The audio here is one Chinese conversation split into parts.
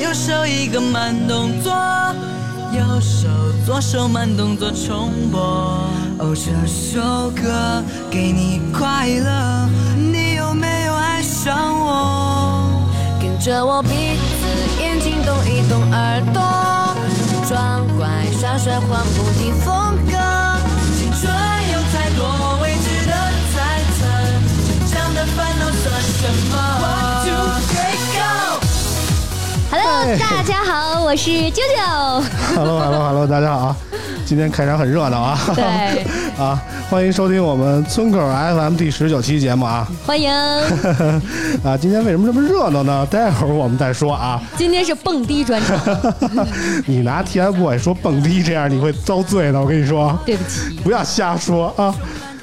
右手一个慢动作，右手左手慢动作重播。哦，这首歌给你快乐，你有没有爱上我？跟着我鼻子、眼睛动一动，耳朵装乖耍帅，换不停风格。青春有太多未知的猜测，成长的烦恼算什么？One two three go。嗨哎 Hello，大家好，我是啾啾。 Hello，Hello，Hello，大家好啊！今天开场很热闹啊！对， 啊，欢迎收听我们村口 FM 第十九期节目啊！ 欢迎，啊，今天为什么这么热闹呢？待会儿我们再说啊。今天是蹦迪专场， 你拿 TFBOY 说蹦迪这样，你会遭罪的。我跟你说，对不起，不要瞎说啊！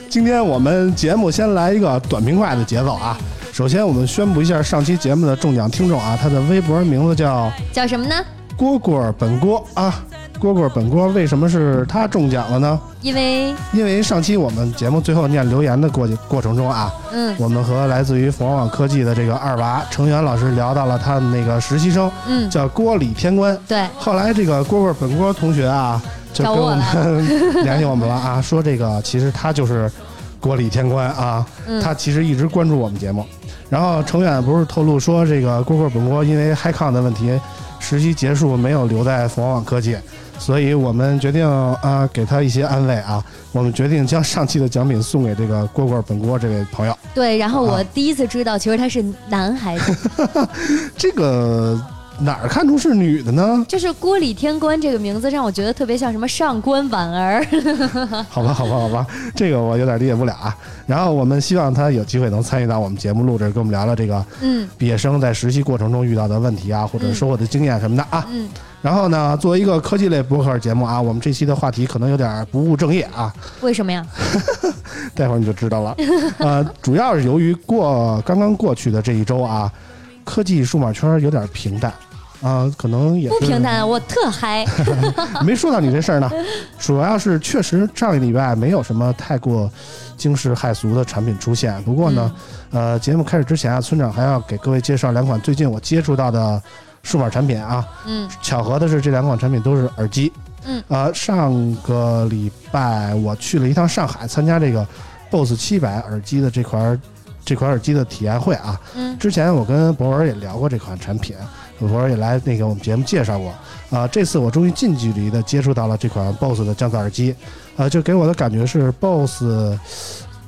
今天我们节目先来一个短平快的节奏啊。首先，我们宣布一下上期节目的中奖听众啊，他的微博名字叫叫什么呢？蝈蝈本锅啊。蝈蝈本锅为什么是他中奖了呢？因为，因为上期我们节目最后念留言的过过程中啊，嗯我们和来自于凤凰网科技的这个二娃程源老师聊到了他们那个实习生嗯，叫郭李天官，对，后来这个蝈蝈本郭同学啊，就跟我找们 联系我们了啊，说这个其实他就是郭李天官啊，嗯他其实一直关注我们节目。然后程远不是透露说，这个蝈蝈本郭因为 HiCon 的问题，实习结束没有留在凤凰网科技，所以我们决定啊、给他一些安慰啊，我们决定将上期的奖品送给这个蝈蝈本郭这位朋友。对，然后啊我第一次知道，其实他是男孩 子，这个哪儿看出是女的呢？就是郭李天官这个名字让我觉得特别像什么上官 婉儿，好吧，好吧，好吧，这个我有点理解不了啊。然后我们希望他有机会能参与到我们节目录制，跟我们聊聊这个嗯毕业生在实习过程中遇到的问题啊，或者收获的经验什么的啊。嗯，然后呢，作为一个科技类播客节目啊，我们这期的话题可能有点不务正业啊， 为什么呀？待会儿你就知道了。呃，主要是由于过刚刚过去的这一周啊，科技数码圈有点平淡啊、可能也不是平淡啊，我 特嗨，没说到你这事儿呢，主要是确实上一礼拜没有什么太过惊世骇俗的产品出现。不过呢，呃，节目开始之前啊，村长还要给各位介绍两款最近我接触到的数码产品啊。嗯巧合的是，这两款产品都是耳机。嗯，呃，上个礼拜我去了一趟上海，参加这个 BOSS 七百耳机的这款这款耳机的体验会啊。嗯之前我跟博文也聊过这款产品，博文也来那个我们节目介绍过。啊、这次我终于近距离的接触到了这款 BOSS 的降噪耳机，啊，就给我的感觉是 BOSS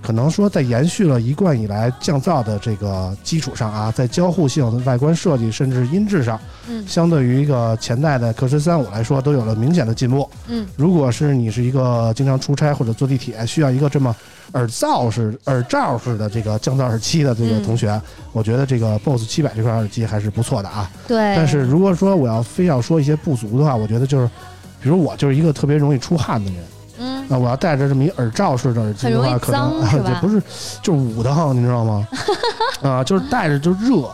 可能说在延续了一贯以来降噪的这个基础上啊，在交互性、外观设计甚至音质上，嗯相对于一个前代的克 c 三五来说，都有了明显的进步。嗯，如果是你是一个经常出差或者坐地铁需要一个这么耳罩式、耳罩式的这个降噪耳机的这个嗯同学，我觉得这个 BOSS 七百这款耳机还是不错的啊。对，但是如果说我要非要说一些不足的话，我觉得就是，比如我就是一个特别容易出汗的人，嗯，那我要戴着这么一耳罩式的耳机的很容话，易可能啊脏是吧也不是就是捂得慌，你知道 吗？啊，就是戴着就热。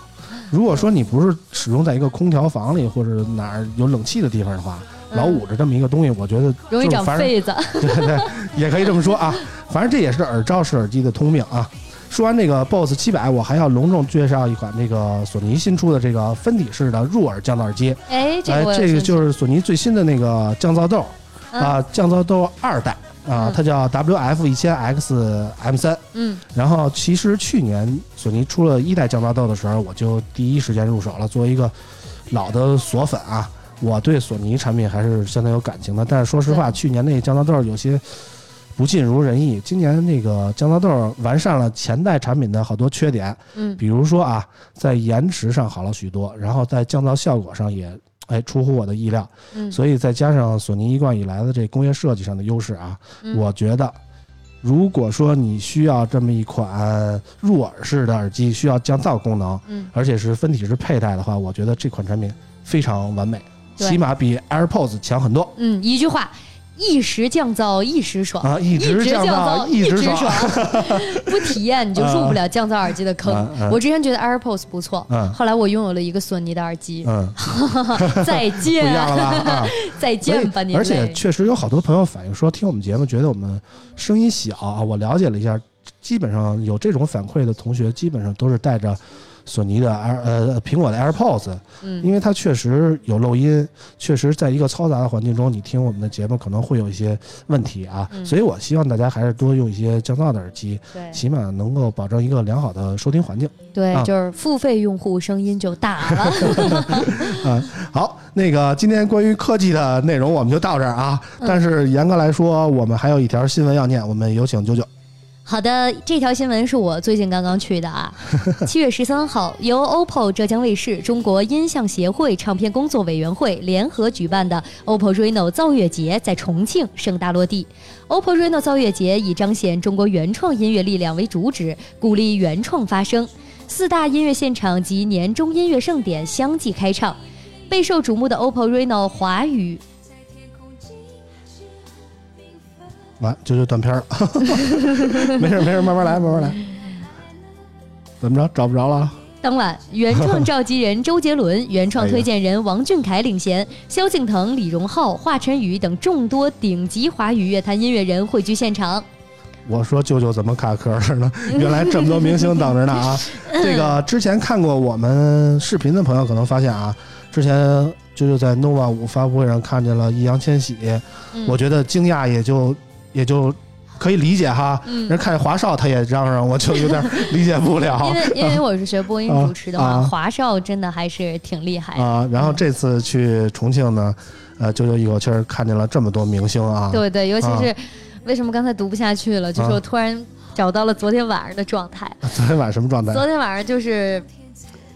如果说你不是始终在一个空调房里或者哪儿有冷气的地方的话，嗯老捂着这么一个东西，我觉得容易就是长反正哎痱子， 对对，也可以这么说 啊。反正这也是耳罩式耳机的通病啊。说完这个 BOSS 七百，我还要隆重介绍一款这个索尼新出的这个分体式的入耳降噪耳机。哎，这哎个，我有这个兴趣就是索尼最新的那个降噪豆嗯啊，降噪豆二代啊嗯，它叫 WF 一千 X M 三。嗯然后其实去年索尼出了一代降噪豆的时候，我就第一时间入手了。作为一个老的索粉啊，我对索尼产品还是相当有感情的。但是说实话，去年那降噪豆有些不尽如人意。今年那个降噪豆完善了前代产品的好多缺点，嗯比如说啊，在延迟上好了许多，然后在降噪效果上也哎出乎我的意料。嗯，所以再加上索尼一贯以来的这工业设计上的优势啊，嗯我觉得，如果说你需要这么一款入耳式的耳机，需要降噪功能，嗯而且是分体式佩戴的话，我觉得这款产品非常完美对起码比 AirPods 强很多。嗯，一句话，一时降噪一时爽啊一直降降噪一一直爽 爽，不体验你就入不了降噪耳机的坑啊啊。我之前觉得 AirPods 不错嗯，后来我拥有了一个索尼的耳机，嗯，再不一见，样了吧？啊， 再见吧，您而且嘞确实有好多朋友反映说，听我们节目觉得我们声音小啊。我了解了一下，基本上有这种反馈的同学，基本上都是带着索尼的 Air 呃苹果的 AirPods，嗯因为它确实有漏音，确实在一个嘈杂的环境中，你听我们的节目可能会有一些问题啊。嗯所以我希望大家还是多用一些降噪的耳机，对起码能够保证一个良好的收听环境。对，啊就是付费用户声音就大了。好，那个今天关于科技的内容我们就到这儿啊。嗯但是严格来说，我们还有一条新闻要念，我们有请九九。好的，这条新闻是我最近刚刚去的啊。七月十三号，由 OPPO 浙江卫视、中国音像协会唱片工作委员会联合举办的 OPPO Reno 造乐节在重庆盛大落地。OPPO Reno 造乐节以彰显中国原创音乐力量为主旨，鼓励原创发声。四大音乐现场及年终音乐盛典相继开唱，备受瞩目的 OPPO Reno 华语完，九九断片 儿了，没事儿没事儿，慢慢来慢慢来。怎么着，找不着了啊？当晚，原创召集人周杰伦、原创推荐人王俊凯领衔，萧敬腾、李荣浩、华晨宇等众多顶级华语乐坛音乐人汇聚现场。我说舅舅怎么卡壳了 呢？原来这么多明星等着呢啊！嗯这个之前看过我们视频的朋友可能发现啊，之前舅舅在 nova 五发布会上看见了易烊千玺，嗯我觉得惊讶也就也就可以理解哈。嗯人看见华少他也嚷嚷，我就有点理解不了 因为因为我是学播音 主持的嘛，啊啊华少真的还是挺厉害的。啊。然后这次去重庆呢，呃，舅舅一口气儿看见了这么多明星啊。对对，尤其啊是、为什么刚才读不下去了，就是啊我突然找到了昨天晚上的状态。 昨天晚上什么状态？昨天晚上就是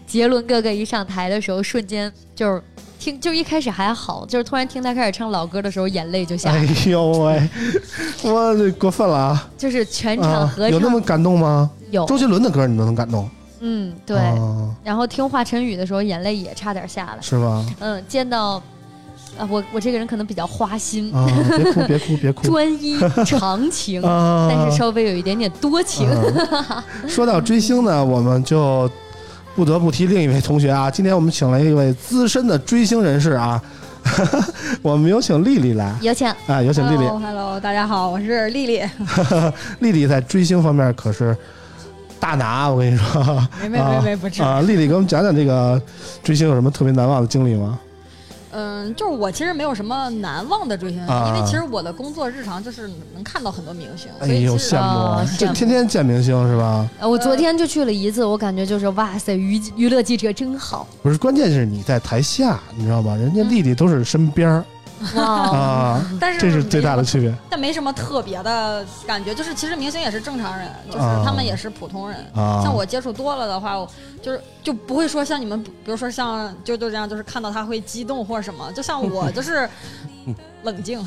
杰伦哥哥一上台的时候，瞬间就是听，就是一开始还好，就是突然听他开始唱老歌的时候，眼泪就下来了。哎呦喂， 我这过分了啊！就是全场啊合，有那唱、么感动吗？有周杰伦的歌你都能感动，嗯对，啊然后听华晨宇的时候眼泪也差点下来，是吧？嗯，见到啊我我这个人可能比较花心、啊，别哭，别哭，别哭专 一、长情，啊！但是稍微有一点点多情，啊 说到追星呢，我们就不得不提另一位同学啊。今天我们请了一位资深的追星人士啊， 我们有请丽丽来有请啊，有请丽丽。 Hello，大家好，我是丽丽。 丽丽在追星方面可是大拿，我跟你说没没没没，不是。啊。丽丽给我们讲讲这个追星有什么特别难忘的经历吗？嗯，就是我其实没有什么难忘的追星，啊因为其实我的工作日常就是能看到很多明星，哎所以呦，其羡实呃慕啊哦！羡这慕天天见明星是吧？呃我昨天就去了一次，我感觉就是哇塞，娱娱乐记者真好不是，关键是你在台下，你知道吧？人家嗯丽丽都是身边儿、哇，啊，但是这是最大的没什么，区别但没什么特别的感觉，就是其实明星也是正常人，就是啊他们也是普通人。啊。像我接触多了的话，我就是就不会说像你们，比如说像就就这样，就是看到他会激动或者什么，就像 我就是冷静。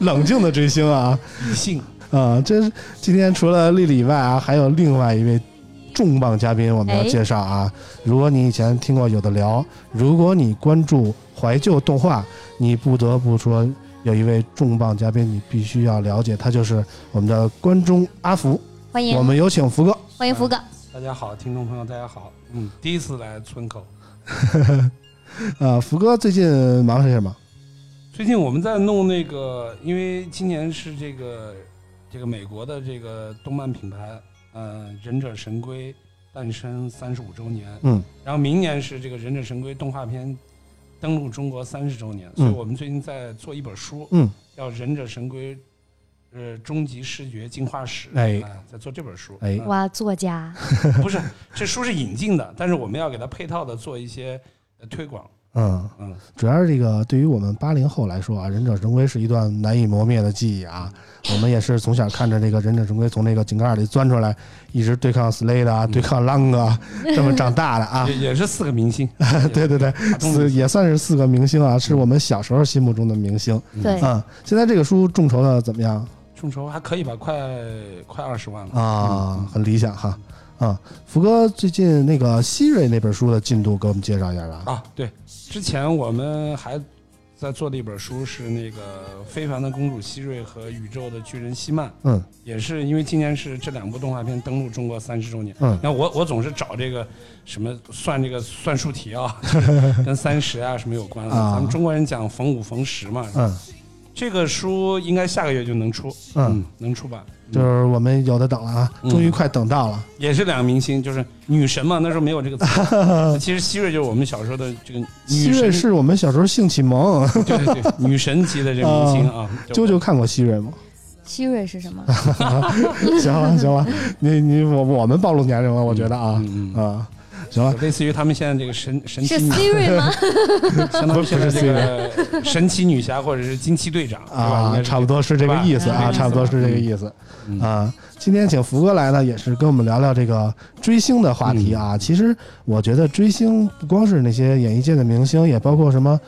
冷静的追星啊理性啊！这是今天除了丽丽以外啊，还有另外一位重磅嘉宾我们要介绍啊。如果你以前听过有的聊，如果你关注怀旧动画，你不得不说有一位重磅嘉宾，你必须要了解，他就是我们的关中阿福。 欢我迎们啊有请福哥。欢迎福哥，大家好，听众朋友，大家好，嗯，第一次来村口。呃，福哥最近忙些什么？最近我们在弄那个，因为今年是这个这个美国的这个动漫品牌，呃，《忍者神龟》诞生三十五周年，嗯，然后明年是这个《忍者神龟》动画片登陆中国三十周年，所以我们最近在做一本书，嗯，叫《忍者神龟》，呃，终极视觉进化史，哎啊在做这本书，哎嗯哇，作家， 不是，这书是引进的，但是我们要给它配套的做一些呃推广，嗯，嗯。主要是这个对于我们八零后来说啊，《忍者神龟》是一段难以磨灭的记忆啊。我们也是从小看着这个《忍者神龟》从那个井盖里钻出来，一直对抗 Slade 啊，对抗 Lang 啊，这么长大的啊，也。也是四个明星 对对对，四也算是四个明星啊，是我们小时候心目中的明星。对，嗯，现在这个书众筹的怎么样众筹还可以吧，快快二十万了。嗯啊？很理想哈。啊，福哥最近那个希瑞那本书的进度给我们介绍一下吧。啊，对，之前我们还在做的一本书是那个《非凡的公主希瑞》和《宇宙的巨人希曼》，嗯也是因为今年是这两部动画片登陆中国三十周年。嗯那我我总是找这个什么算这个算术题啊， 跟三十啊什么有关的。啊咱们中国人讲逢五逢十嘛，嗯这个书应该下个月就能出，嗯，，能出版。就嗯是我们有的等了啊，嗯终于快等到了。也是两个明星，就是女神嘛，那时候没有这个 词。其实希瑞就是我们小时候的这个希女瑞神，是我们小时候性启蒙。对对对，女神级的这个明 星啊。啾啾看过希瑞 吗？希瑞是什么？啊行了行了，你你我我们暴露年龄了，我觉得啊嗯嗯嗯啊，行了就类似于他们现在这个神神奇是女，Siri 吗？相当于现在不是这个神奇女侠或者是惊奇队长对吧？应啊，该是差不多是这个意思啊，对吧差不多是这个意思嗯啊。今天请福哥来呢，也是跟我们聊聊这个追星的话题嗯啊。其实我觉得追星不光是那些演艺界的明星，也包括什么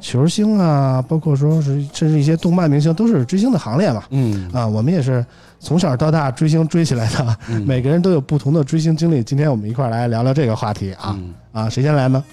球星啊，包括说是甚至一些动漫明星，都是追星的行列嘛。嗯啊，我们也是从小到大追星追起来的，嗯每个人都有不同的追星经历。今天我们一块儿来聊聊这个话题啊、嗯啊，谁先来呢？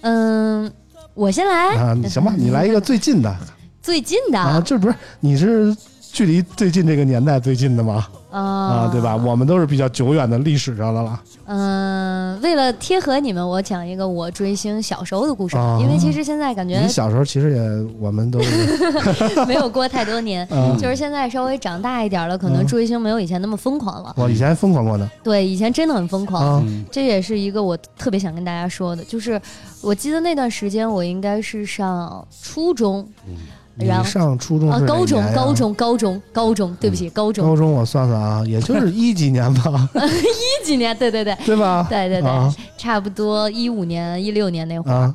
嗯，我先哎来。啊，你行吧，你来一个最近的最近的啊，这不是你是距离最近这个年代最近的吗？啊，啊对吧？？我们都是比较久远的历史上的了。嗯，为了贴合你们，我讲一个我追星小时候的故事啊吧，因为其实现在感觉你小时候其实也，我们都是，没有过太多年 啊，就是现在稍微长大一点了，可嗯能追星没有以前那么疯狂了。我以前还疯狂过呢对，以前真的很疯狂，啊，嗯这也是一个我特别想跟大家说的，就是我记得那段时间我应该是上初中你然后上初中啊是，哪高中年，呀嗯高。中，高中，高中，对不起，高中高中我算算啊，也就是一几年 吧，一几年？对对对，对吧？对对对啊差不多一五年、一六年那会儿，啊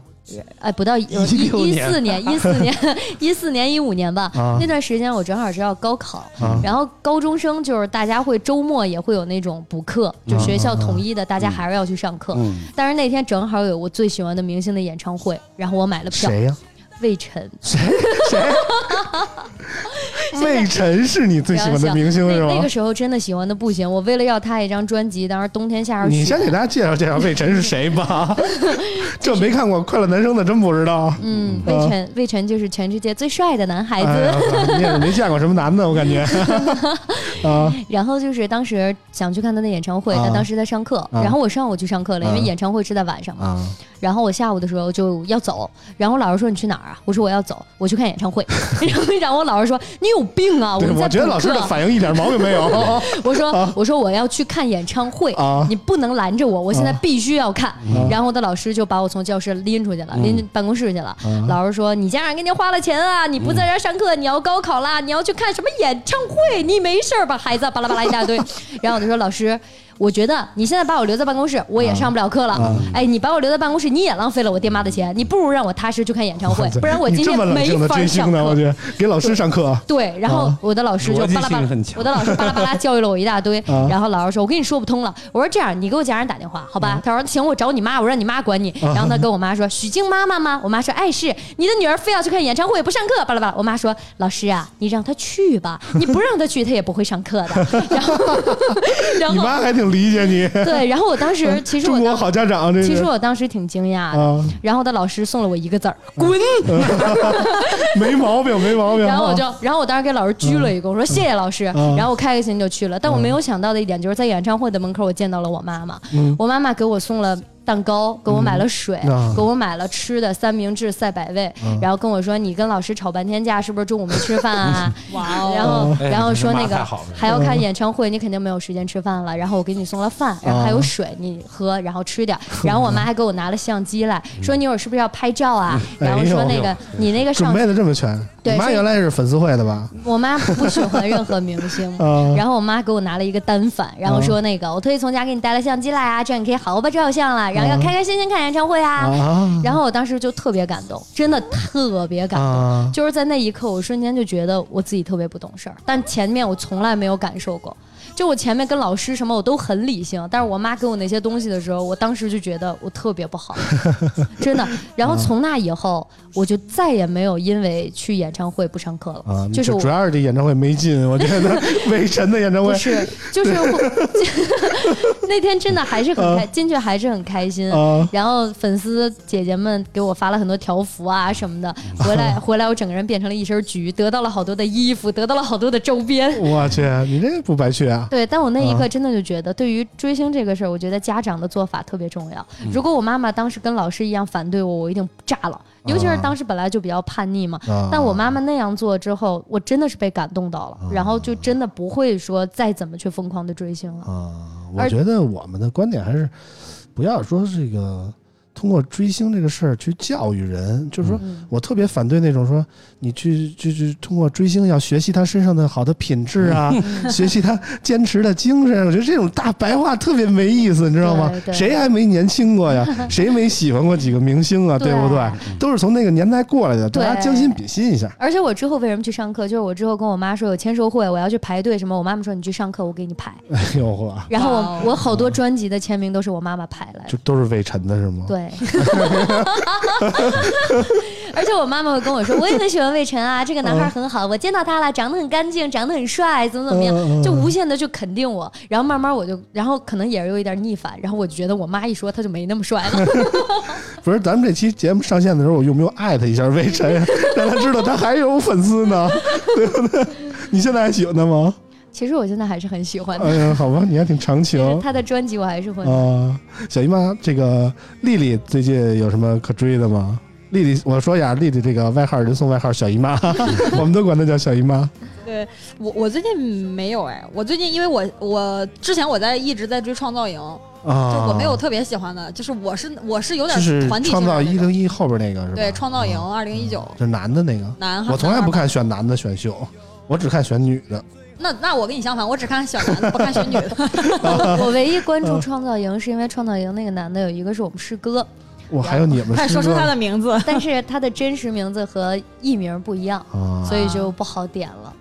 哎， 不到一16一年四年、一四年、一四年、一五年吧。啊那段时间我正好是要高考，啊！然后高中生就是大家会周末也会有那种补课，啊就学校统一的，大家还是要去上课。嗯，但是那天正好有我最喜欢的明星的演唱会，然后我买了票。谁呀？魏晨， 魏晨是你最喜欢的明星那是那吗个？时候真的喜欢的不行，我为了要他一张专辑，当时冬天下着雪，你先给大家介绍介绍魏晨是谁 吧，这没看过《快乐男生》的真不知道。嗯，魏晨，魏晨就是全世界最帅的男孩子。呃哎呀，你也是没见过什么男的，我感 觉。啊然后就是当时想去看他的演唱会，啊但当时在上课，啊然后我上午去上课了，因为啊演唱会是在晚上嘛。啊然后我下午的时候就要走，然后老师说你去哪儿啊？我说我要走，我去看演唱会。 然后然后我老师说你有病啊！对，们我在觉得老补师的课。反应一点毛病没有我说、我说我要去看演唱会，啊你不能拦着我，我现在啊必须要看。嗯然后我的老师就把我从教室拎出去了，拎办公室去了。嗯老师说：“你家长给你花了钱啊，你不在这儿上课，你要高考啦，你要去看什么演唱会？你没事儿吧，孩子？”啊巴拉巴拉一大 啊堆。然后我就说：“老师，我觉得你现在把我留在办公室，我也上不了课了。啊哎，你把我留在办公室，你也浪费了我爹妈的钱。你不如让我踏实去看演唱会，不然 我 今你这天么冷没静的法追上星呢，我课。”觉得给老师上 课，对，然后啊我的老师就逻辑巴拉巴性拉很强，我的老师巴拉巴拉教育了我一大堆。啊然后老师说：“我跟你说不通了。”我说：“这样，你给我家人打电话，啊好吧？”他说：“行，我找你妈，我让你妈管你。”然后他跟我妈说：“许静妈妈吗？”我妈说：“哎，是你的女儿非要去看演唱会不上课，巴拉巴拉。”我妈说：“老师啊，你让她去吧， 你不让她去，她也不会上课的。”然后，然你后妈还挺理解你。对，然后我当时其实我中国当好家长，这其实是我当时挺惊讶的。啊，然后我的老师送了我一个字儿“滚”，没毛病，没毛病。然后我就，然后我当时给老师鞠了一躬，我说谢谢老师。嗯然后我开开心就去了。但我没有想到的一点就是在演唱会的门口，我见到了我妈妈。嗯我妈妈给我送了蛋糕，给我买了水，啊给我买了吃的三明治、赛百味，嗯然后跟我说：“你跟老师吵半天架，是不是中午没吃饭啊？”嗯 哇哦，然后，哎然后你这说妈那个太好了还要看演唱会，你肯定没有时间吃饭了。然后我给你送了饭，然后还有嗯水，你喝，然后吃点儿。然后我妈还给我拿了相机来，说你一会儿是不是要拍照啊？嗯然后说那哎个你那个准上备的这么全，对你妈所以原来是粉丝会的吧？，我妈不喜欢任何明星 啊然后我妈给我拿了一个单反，然后说那个我特意从家给你带了相机来啊，这样你可以好好吧照相了，然后要开开心心看演唱会啊。啊然后我当时就特别感动，真的特别感动。啊！就是在那一刻，我瞬间就觉得我自己特别不懂事儿，但前面我从来没有感受过。就我前面跟老师什么我都很理性，但是我妈给我那些东西的时候，我当时就觉得我特别 不好，真的。然啊后从那以后，我就再也没有因为去演唱会不上课了，啊，就是这我主要是这演唱会没劲，我觉得 魏晨的演唱不会是，就是我那天真的还是很开，进去还是很开心。啊， 然后粉丝姐姐们给我发了很多条幅啊什么的，回来回来我整个人变成了一身橘，得到了好多的衣服，得到了好多的周边。我去，你这不白去啊？对，但我那一啊刻真的就觉得，对于追星这个事儿，我觉得家长的做法特别重要。如果我妈妈当时跟老师一样反对我，我一定炸了。尤其是当时本来就比较叛逆嘛，啊，但我妈妈那样做之后，我真的是被感动到了，然后就真的不会说再怎么去疯狂的追星了。啊，我而觉得我们的观点还是不要说这个通过追星这个事儿去教育人，就是说嗯，我特别反对那种说你去去去通过追星要学习他身上的好的品质啊，嗯学习他坚持的精神。啊我觉得这种大白话特别没意思，你知道吗对？对谁还没年轻过呀？谁没喜欢过几个明星 啊？对不对？都是从那个年代过来的，大对家将心比心一下。 而且我之后为什么去上课？就是我之后跟我妈说有签售会，我要去排队什么，我妈妈说你去上课，我给你排。哎呦我，然后哇哦我我好多专辑的签名都是我妈妈排来的就。都是魏晨的是吗？对， 而且我妈妈会跟我说，我也很喜欢魏晨啊，这个男孩嗯很好，我见到他了，长得很干净，长得很帅，怎么怎么样，嗯嗯嗯就无限的去肯定我，然后慢慢我就，然后可能也是有一点逆反，然后我就觉得我妈一说他就没那么帅了， 不是，咱们这期节目上线的时候，我用不用艾特一下魏晨， 让他知道他还有粉丝呢？对不对？你现在还喜欢他吗？其实我现在还是很喜欢哎的，呀，好吧，你还挺长情就是他的专辑我还是会啊、买。小姨妈，这个丽丽最近有什么可追的吗？丽丽，我说呀，丽丽这个外号人送外号小姨妈，我们都管她叫小姨妈。对我，我最近没有哎，我最近因为我我之前我在一直在追创造营，就啊，我没有特别喜欢的，就是我是我是有就点是团体性创的造一那种零一后边那个是吧？对创造营啊二零一九就男的那 个，男，我从来男孩不版看选男的选秀，我只看选女的。那那我跟你相反，我只看选男的，不看选女 的。我唯一关嗯注创造营是因为创造营那个男的有一个是我们 师哥，我还有你们快是说出吗他的名 字。但是他的真实名字和艺名不一样，啊，嗯所以就不好点了。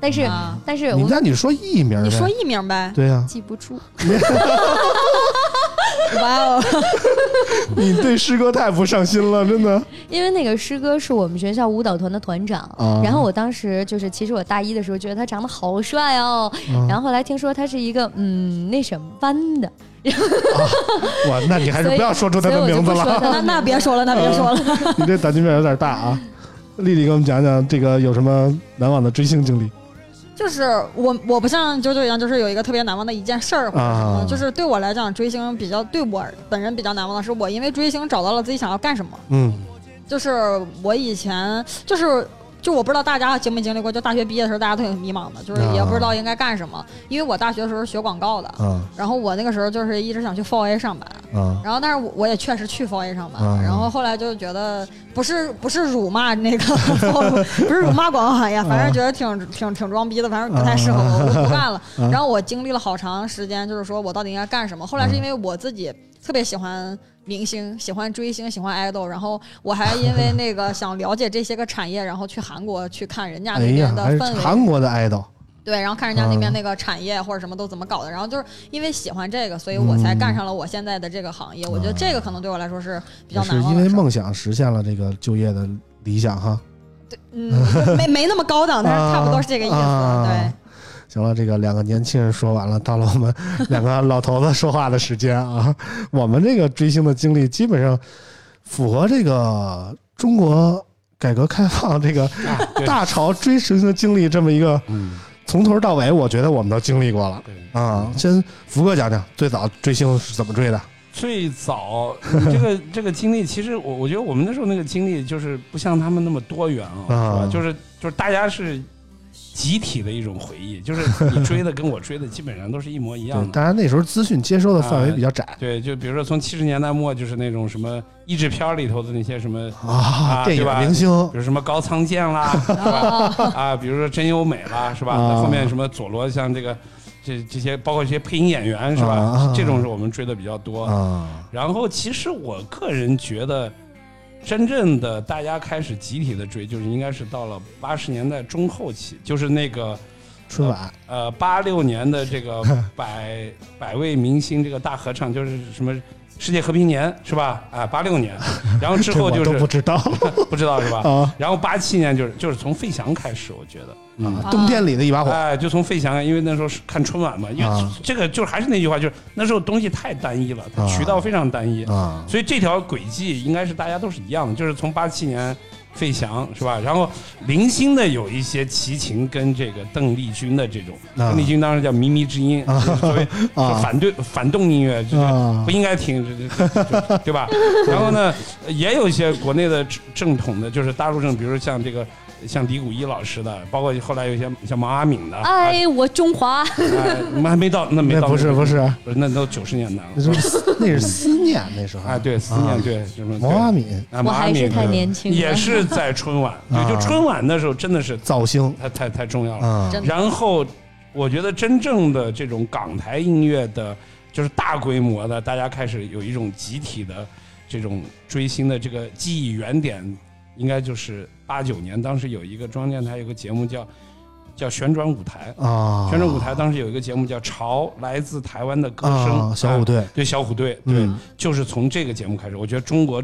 但是啊但是你我那你说艺名呗？你说艺名呗。对呀、 记不住。哇哦， 你对师哥太不上心了，真的。因为那个师哥是我们学校舞蹈团的团长，啊然后我当时就是，其实我大一的时候觉得他长得好帅哦，啊嗯然后后来听说他是一个嗯那什么班的，哇，那你还是所以不要说出他所以的我就名字不说 了，他那那别说了，那别说了。你这胆子面有点大啊。丽丽，给我们讲讲这个有什么难忘的追星经历 就是我，我不像九九一样，就是有一个特别难忘的一件事儿或者什么啊的。哦就是对我来讲，追星比较对我本人比较难忘的是，我因为追星找到了自己想要干什么。嗯就是我以前就是。就我不知道大家经没经历过，就大学毕业的时候，大家都挺迷茫的，就是也啊不知道应该干什么。因为我大学的时候是学广告的，啊然后我那个时候就是一直想去 4A 上班，啊然后但是我我也确实去 4A 上班，啊然后后来就觉得不是不是辱骂那个 不是辱骂广告行嗯业，反正觉得挺挺挺装逼的，反正不太适合我，我就不干了。啊然后我经历了好长时间，就是说我到底应该干什么。后来是因为我自己特别喜欢明星，喜欢追星，喜欢爱豆，然后我还因为那个想了解这些个产业，然后去韩国去看人家哎那呀边，的还是氛围，啊韩国的 idol 对，然后看人家那嗯边那个产业或者什么都怎么搞的，然后就是因为喜欢这个，所以我才嗯干上了我现在的这个行业。我觉得这个可能对我来说是比也较是难忘因的为事儿梦想实现了这个就业的理想哈。嗯，没没那么高档，但是差不多是这个意思。啊对，行了，这个两个年轻人说完了，到了我们两个老头子说话的时间啊。我们这个追星的经历基本上符合这个中国改革开放这个啊对大潮追星的经历这么一个嗯，从头到尾，我觉得我们都经历过了对。啊。嗯先福哥讲讲最早追星是怎么追的？最早你 这个这个经历，其实我我觉得我们那时候那个经历就是不像他们那么多元啊，啊是吧就是就是大家是集体的一种 回忆，就是你追的跟我追的基本上都是一模一对样，的。嗯当然那时候资讯接收的范围比较窄对，就比如说从七十年代末，就是那种什么译制片里头的那些 什么，啊，啊电影对吧明星比如什么高仓 健啦，是吧？啊，比如说真优美啦，是吧？啊那后面什么佐罗，像这个这这些，包括这些配音演员，是啊吧？这种是我们追的比较多。啊然后其实我个人觉得，真正的大家开始集体的追，就是应该是到了八十年代中后期，就是那个春晚，呃，八六年的这 个百百位明星这个大合唱，就是什么世界和平年是吧？啊，八 六年，然后之这后我就都不是知道 不知道是吧？ 啊然后八七年就是就是从费翔开始，我觉得，嗯，啊！东店里的一把火，哎，就从费翔，因为那时候是看春晚嘛，因为啊这个就是还是那句话，就是那时候东西太单一了，它啊渠道非常单一，啊所以这条轨迹应该是大家都是一样的，就是从八七年费翔是吧？然后零星的有一些齐秦跟这个邓丽君的这种，啊邓丽君当时叫靡靡之音，就是所谓就啊反对反动音乐，就是啊不！应该听，这这这这对 吧？然后呢，也有一些国内的正正统的，就是大陆正，比如像这个像李谷一老师的，包括后来有一些像毛阿敏的，啊哎，爱我中华，我们还没到，那没那到，不是不是，不是，那都九十年代那了。是思那是思念那时候啊，对，思啊念，对，什么毛阿敏啊，我毛阿还是敏太年轻了。也是在 春晚，对，就啊春晚那时候真的是造星太太太重要了。啊真的然后，我觉得真正的这种港台音乐的，就是大规模的，大家开始有一种集体的这种追星的这个记忆原点，应该就是八九年，当时有一个中央电台有个节目叫叫旋转舞台，啊！旋转舞台当时有一个节目叫《潮来自台湾的歌声》，哎啊，小虎队，队，对小虎队，对，嗯就是从这个节目开始，我觉得中国。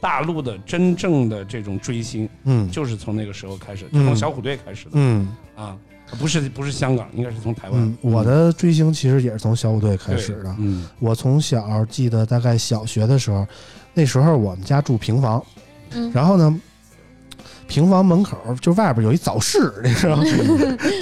大陆的真正的这种追星，嗯就是从那个时候开始，嗯从小虎队开始的。嗯啊，不是不是香港，应该是从台湾。嗯，我的追星其实也是从小虎队开对始的。嗯我从小记得，大概小学的时候，那时候我们家住平房，嗯然后呢，平房门口就外边有一早市，你知道吗？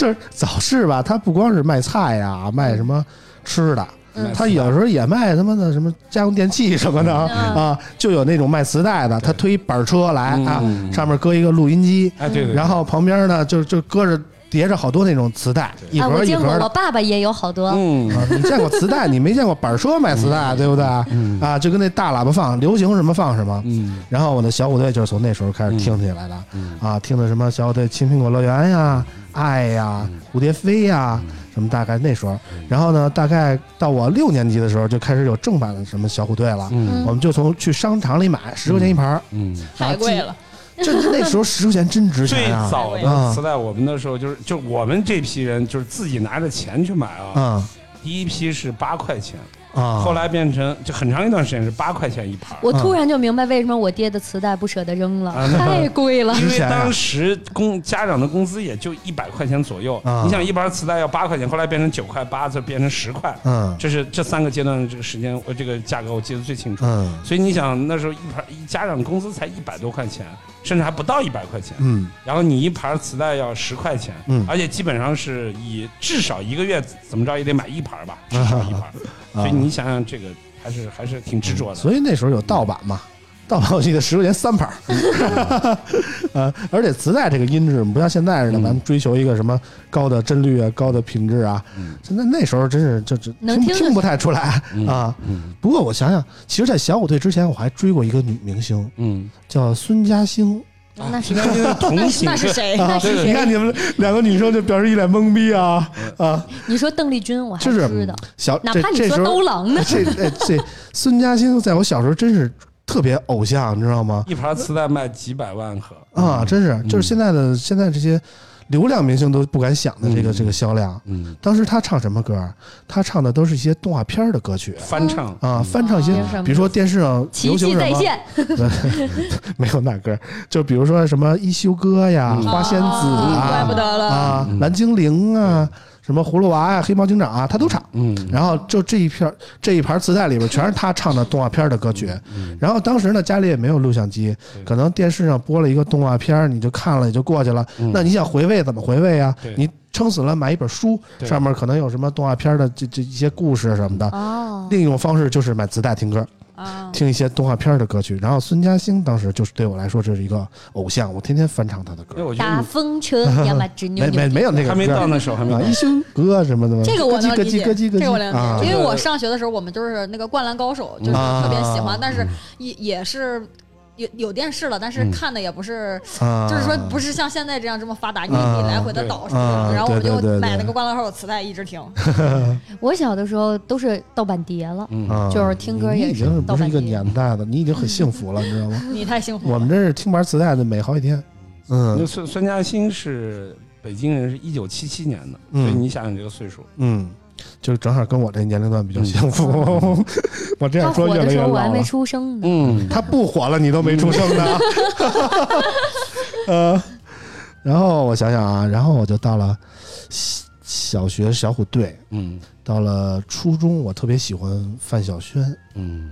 就是早市吧，它不光是卖菜呀，卖什么吃的，嗯它有时候也卖他妈的什么家用电器什么的啊嗯啊，就有那种卖磁带的，他推一板车来啊，嗯上面搁一个录音机，哎对对，然后旁边呢就就搁着叠着好多那种磁带，一啊，我盒一见过盒，我的。爸爸也有好多。嗯啊，你见过磁带，你没见过板车买磁带，对不对？嗯啊，就跟那大喇叭放，流行什么放什么。嗯然后我的小虎队就是从那时候开始听起来的，啊，听的什么小虎队《青苹果乐园》呀、嗯爱呀、蝴蝶飞呀，什么大概那时候。嗯然后呢，大概到我六年级的时候就开始有正版的什么小虎队了，嗯我们就从去商场里买十块钱一盘儿，嗯，啊太贵了，这那时候十块钱真值 最钱啊！早的磁带，我们那时候就是就我们这批人就是自己拿着钱去买啊。啊第一批是八块钱，啊！后来变成就很长一段时间是八块钱一盘儿。我突然就明白为什么我爹的磁带不舍得扔了，啊太贵了。因为值钱啊当时工家长的工资也就一百块钱左右，啊你想一盘磁带要八块钱，后来变成九块八，再变成十块，嗯这是这三个阶段的这个时间，我这个价格我记得最清楚。嗯所以你想那时候一盘一家长工资才一百多块钱，甚至还不到一百块钱，嗯然后你一盘磁带要十块钱，嗯而且基本上是以至少一个月怎么着也得买一盘 吧，至少一盘。啊所以你想想这个还是还是挺执着的。所以那时候有盗版嘛，盗版我记得十块钱三盘儿， 呃，而且磁带这个音质不像现在似的，嗯咱们追求一个什么高的帧率啊、高的品质啊，现在那时候真是就就能听听就听不太出来嗯啊。嗯不过我想想，其实，在小虎队之前，我还追过一个女明星，嗯，叫孙嘉欣。那是 现在这个同 那是情那是对谁？啊是谁你看你们两个女生就表示一脸懵逼啊啊！你说邓丽君，我还就知是道，小哪这怕你这说时候刀郎呢，这这这孙嘉欣，在我小时候真是特别偶像，你知道吗？一盘磁带卖几百万盒啊，真是，就是现在的、现在这些流量明星都不敢想的这个、嗯这个销量。嗯，当时他唱什么歌啊？他唱的都是一些动画片儿的歌曲翻唱啊，翻唱一些啊，比如说电视上 奇流行迹什再么，现， 没有那歌，就比如说什么一休哥呀、嗯花仙子啊怪 啊不得了，啊、嗯蓝精灵啊、什么葫芦娃呀、黑猫警长啊，他都唱。嗯然后就这一片儿这一盘磁带里边全是他唱的动画片儿的歌曲。嗯然后当时呢，家里也没有录像机，可能电视上播了一个动画片儿，你就看了也就过去了。那你想回味怎么回味啊嗯对？你撑死了买一本书，对啊上面可能有什么动画片儿的这这一些故事什么的。哦，另一种方式就是买磁带听歌，啊，听一些动画片儿的歌曲。然后孙嘉欣当时就是对我来说这是一个偶像，我天天翻唱他的因为歌。我觉大得 风车呀嘛，直扭没没扭。没有那个你还没歌到那时候，还没啊，到一。休哥什么的，这个我能咯理叽解，咯叽咯叽咯叽这个我能啊理解，因为啊我上学的时候，我们就是那个《灌篮高手》，就是啊特别喜欢，但是也也是。有有电视了，但嗯是看的也不是，啊，就是说不是像现在这样这么发达，你你啊来回的对倒是啊吧，然后我们对对对就买对那个《灌篮高手》磁带一 直听，我小的时候都是盗版碟了，嗯，啊就是听歌你也已是经不盗是版一个碟年代了，你已经很幸福了，你知道吗？你太幸福了。我们这是听盘磁带的每好几天，那嗯孙孙嘉欣是北京人是一九七七年的，嗯所以你想想这个岁数，嗯，就正好跟我这年龄段比较相符。 我这他样火说越的来时越候我还老没了。出生呢。嗯，他不火了，你都没出生呢。 呃，然后我想想啊，然后我就到了小小学小虎队，嗯到了初中，我特别喜欢范晓萱。嗯，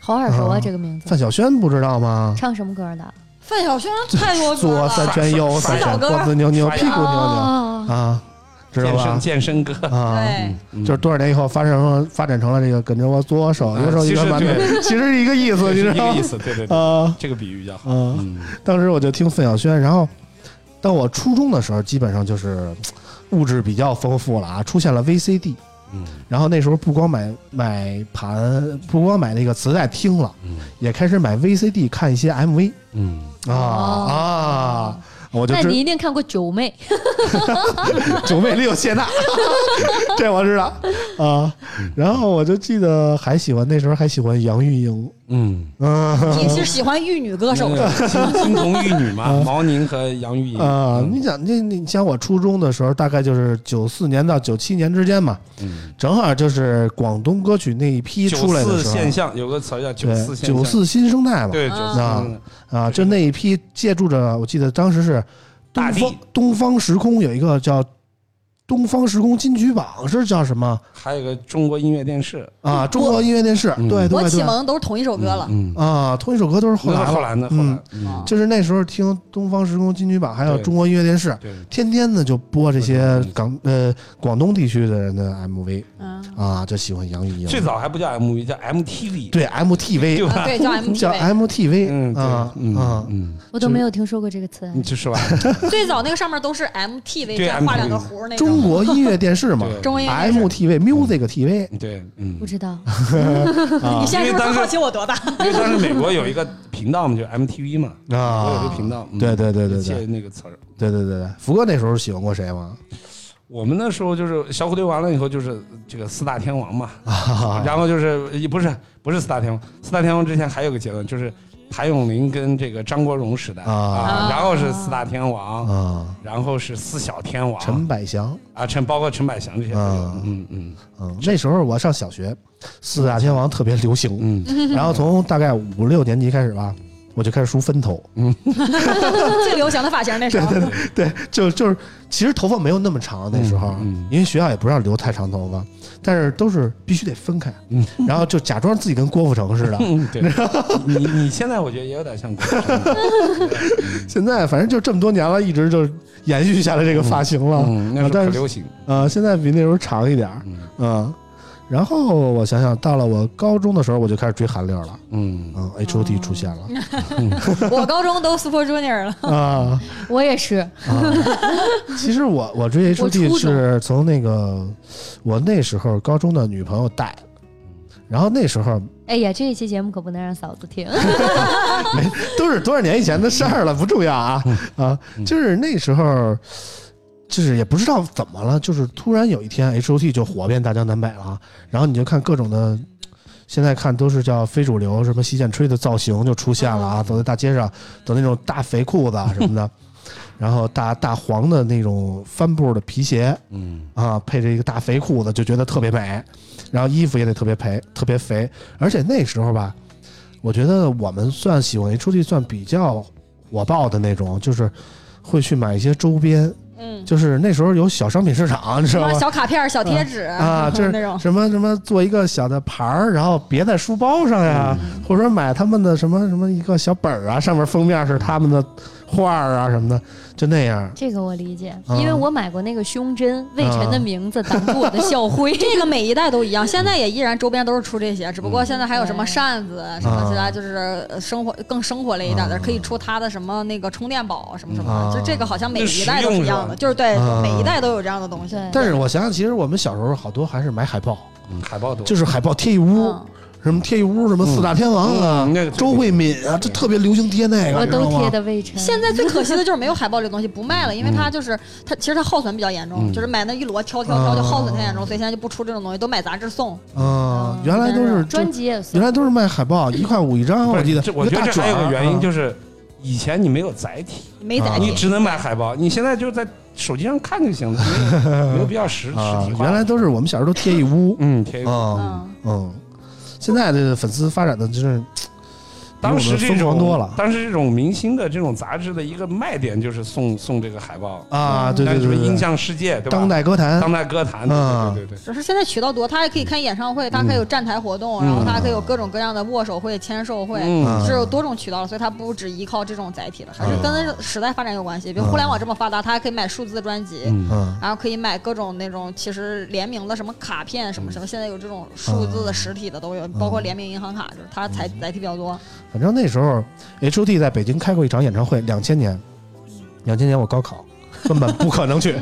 好耳熟啊，啊这个名字。范晓萱不知道吗？唱什么歌的？范晓萱太多歌左了，三圈，右三小圈，哥脖子扭扭，刷牙屁股扭扭哦，啊，知道健身吧？健身歌，啊，对，嗯就是多少年以后发展成发展成了这个跟着我左手嗯右手一其个馒实头，对其实是一个意思，对你是知一道个吗意？思，对对对，啊这个比喻比较好，啊。嗯当时我就听范晓萱，然后到我初中的时候，基本上就是物质比较丰富了啊，出现了 VCD。嗯然后那时候不光买买盘，不光买那个磁带听了，嗯也开始买 VCD 看一些 MV 嗯，啊、哦啊！我就那你知一定看过《九妹》 九妹里有谢娜， 这我知道啊。嗯然后我就记得还喜欢那时候还喜欢杨钰莹，嗯，嗯 你是喜欢玉女歌手那的，个金金童玉女嘛，嗯毛宁和杨钰莹啊、嗯你想那你像我初中的时候，大概就是九四年到九七年之间嘛，嗯正好就是广东歌曲那一批九出来的四时候，现象有个词儿叫九四对现象，九四新生代嘛，对九四啊嗯啊，就那一批借助着，我记得当时是大东地方东方时空有一个叫东方时空金曲榜是叫什么还有个中国音乐电视啊？中国音乐电视，嗯对我对启对，蒙都是同一首歌了。哦嗯，嗯啊，同一首歌都是后那来是了后来的后嗯来，嗯就是那时候听东方时空金曲榜，还有对中国音乐电视。对，天天呢就播这些对对对港呃广东地区的人的 MV 嗯，啊，就喜欢杨钰莹。最早还不叫 MV，叫 MTV，对对 MTV 吧？啊对，叫 叫 MTV。嗯， MTV 对啊，啊嗯嗯，我都没有听说过这个词。嗯你就是吧？ 最早那个上面都是 MTV，对再画两个 MTV 弧儿那种。中国音乐电视嘛对中音乐电视，MTV Music TV 对，嗯不，知道，啊你现在是不因为当是时好奇我多大？ 因为当时美国有一个频道嘛，就 MTV 嘛，我有啊个，频道，嗯对对对对对借那个词儿。对对对对，福哥那时候喜欢过谁吗？我们那时候就是小虎队完了以后就是这个四大天王嘛， 啊然后就是也不是不是四大天王，四大天王之前还有个阶段，就是谭咏麟跟这个张国荣时代啊啊，然后是四大天王，啊，然后是四小天王，陈百祥，啊陈包括陈百祥这些都有啊，嗯嗯嗯，那时候我上小学，四大天王特别流 行，嗯，然后从大概五六年级开始吧，我就开始梳分头，嗯最流行的发型那时候，对，就就是其实头发没有那么长那时候，嗯嗯因为学校也不让留太长头发，但是都是必须得分开，嗯然后就假装自己跟郭富城似的。嗯对，你你现在我觉得也有点像郭富城，现在反正就这么多年了，一直就延续下来这个发型了。嗯，那时啊候但可是流行，呃，现在比那时候长一点儿，嗯嗯。然后我想想，到了我高中的时候，我就开始追韩流了，嗯嗯，H O T 出现了我高中都 Super Junior 了。嗯啊我也是。啊！ 其实我我追 H O 我初 T 中是从那个我那时候高中的女朋友带，然后那时候哎呀，这一期节目可不能让嫂子听。 都是多少年以前的事儿了，不重要啊啊！就是那时候，就是也不知道怎么了，就是突然有一天 H O T 就火遍大江南北了啊，然后你就看各种的。现在看都是叫非主流，什么洗剪吹的造型就出现了啊！走在大街上，走那种大肥裤子啊什么的，然后大大黄的那种帆布的皮鞋嗯啊，配着一个大肥裤子，就觉得特别美。然后衣服也得特别肥，特别肥。而且那时候吧，我觉得我们算喜欢 H O T 算比较火爆的那种，就是会去买一些周边，嗯，就是那时候有小商品市场，你知什道么吗？小卡片、小贴纸啊，就是那种。什么什么做一个小的牌儿，然后别在书包上呀，或者说买他们的什么什么一个小本儿啊，上面封面是他们的画儿啊什么的，就那样。这个我理解，嗯因为我买过那个胸针，魏晨啊的名字 挡住我的校徽。 这个每一代都一样，现在也依然周边都是出这些，只不过现在还有什么扇子、啊什么其他，就是呃生活更生活类一点的，啊可以出它的什么那个充电宝什么什么啊的，就这个好像每一代都是一样的，就是对啊每一代都有这样的东西。对但是我想想，其实我们小时候好多还是买海报，嗯，海报多，就是海报贴一屋，嗯，什么贴一屋，什么四大天王啊，嗯嗯那个特别周慧敏啊，这特别流行贴那个，我你知道都吗贴的魏 晨。现在最可惜的就是没有海报这个东西不卖了，因为它就是它其实它耗损比较严重，嗯就是买那一摞挑挑挑就耗损太严重，啊所以现在就不出这种东西，都买杂志送。啊，原来都是专辑也原算来都是卖海报，一块五一张，不我是记得。这我觉得一个大啊这还有卷个儿嗯原因就是。以前你没有载体，没啊载你体，只能买海报，你现在就在手机上看就行了，没有没有必要实 实啊体，化。原来都是我们小时候都贴一屋，嗯，贴一个嗯嗯，嗯，现在的粉丝发展的真是当时比这我们种疯狂多了当时这种明星的这种杂志的一个卖点就是送送这个海报，啊，对嗯那对什对么对，印象世界，对吧？当代歌坛当代歌坛，对嗯对对对对，只是现在渠道多，他还可以开演唱会，他还可以有站台活动，嗯然后他还可以有各种各样的握手会、签售会，嗯，是有多种渠道了，所以它不只依靠这种载体了，还是跟时代发展有关系。比如嗯互联网这么发达，它还可以买数字专辑，嗯嗯然后可以买各种那种其实联名的什么卡片嗯什么什么，现在有这种数字的实体的都有，包括联名银行卡，就是嗯它载载体比较 多。反正那时候 H O T 在北京开过一场演唱会，两千年，两千年我高考，根本不可能 去，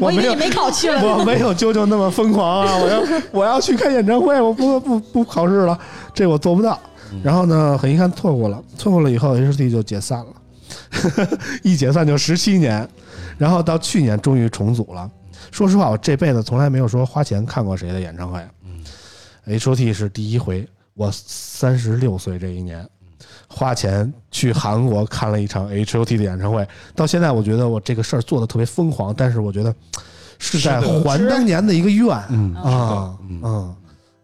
我以没为有你没考去了， 我没有啾啾那么疯狂啊！我要我要去看演唱会，我不不不考试了，这我做不到。然后呢，很遗憾错过了，错过了以后 H T 就解散了， 一解散就十七年，然后到去年终于重组了。说实话，我这辈子从来没有说花钱看过谁的演唱会，H O T 是第一回。我三十六岁这一年，花钱去韩国看了一场 H O T 的演唱会，到现在我觉得我这个事儿做的特别疯狂，但是我觉得是在是的还当年的一个愿嗯啊，嗯，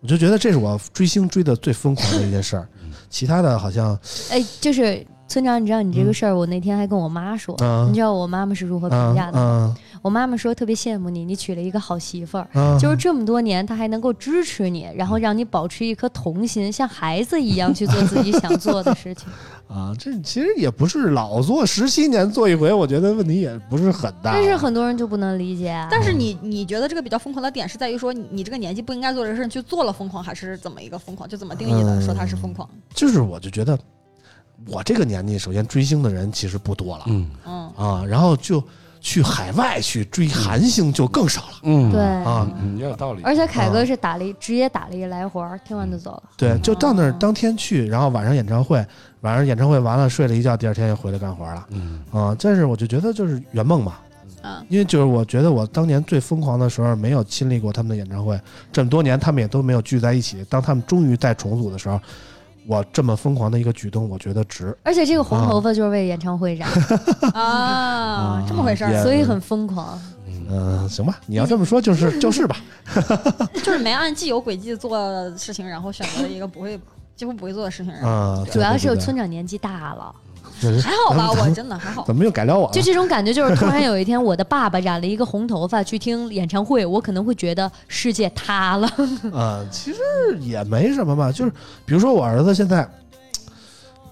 我就觉得这是我追星追的最疯狂的一件事儿，其他的好像哎，就是村长，你知道你这个事儿，我那天还跟我妈说，嗯你知道我妈妈是如何评嗯价的？嗯我妈妈说特别羡慕你，你娶了一个好媳妇儿。嗯，就是这么多年，她还能够支持你，然后让你保持一颗童心，像孩子一样去做自己想做的事情。啊，这其实也不是老做，十七年做一回，我觉得问题也不是很 大，但是很多人就不能理解啊。但是你你觉得这个比较疯狂的点是在于说你你这个年纪不应该做这事，你去做了疯狂，还是怎么一个疯狂？就怎么定义的？嗯说它是疯狂？就是我就觉得我这个年纪，首先追星的人其实不多了嗯嗯，啊，然后就去海外去追韩星就更少了嗯，对，啊，嗯，也有道理。而且凯哥是打了一直接打了一来回儿，听嗯完就走了。对，就到那儿当天去，然后晚上演唱会，晚上演唱会完了睡了一觉，第二天又回来干活了。嗯，啊、但是我就觉得就是圆梦嘛，嗯因为就是我觉得我当年最疯狂的时候没有亲历过他们的演唱会，这么多年他们也都没有聚在一起。当他们终于再重组的时候，我这么疯狂的一个举动，我觉得值。而且这个啊红头发就是为演唱会染， 啊，这么回事嗯也儿，所以很疯狂。嗯、行吧，你要这么说就是就是吧，就是没按既有轨迹做的事情，然后选择了一个不会几乎不会做的事情，然后啊、 对嗯主要是对对啊村长年纪大了，对还好吧，我真的还好。怎么又改聊我了？就这种感觉，就是突然有一天我的爸爸染了一个红头发去听演唱会，我可能会觉得世界塌了。啊、其实也没什么嘛，就是比如说我儿子现在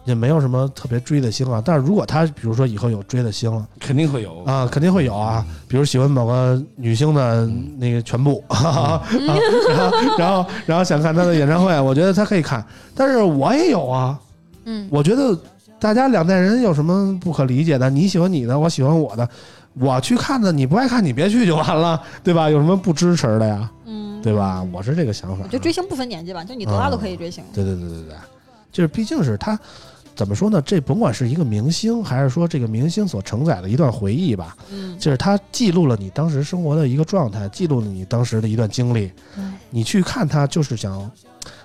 也没有什么特别追的星啊，但是如果他比如说以后有追的星了肯定会有，啊，肯定会有啊，比如喜欢某个女星的那个全部， 啊然后然后然后想看她的演唱会，我觉得他可以看，但是我也有啊，嗯，我觉得大家两代人有什么不可理解的？你喜欢你的，我喜欢我的。我去看的，你不爱看你别去就完了， 对吧？有什么不支持的呀，嗯，对吧？我是这个想法。啊我觉得追星不分年纪吧，就你多大都可以追星。对对对对对，就是毕竟是他怎么说呢？这甭管是一个明星，还是说这个明星所承载的一段回忆吧，嗯，就是他记录了你当时生活的一个状态，记录了你当时的一段经历。你去看他，就是想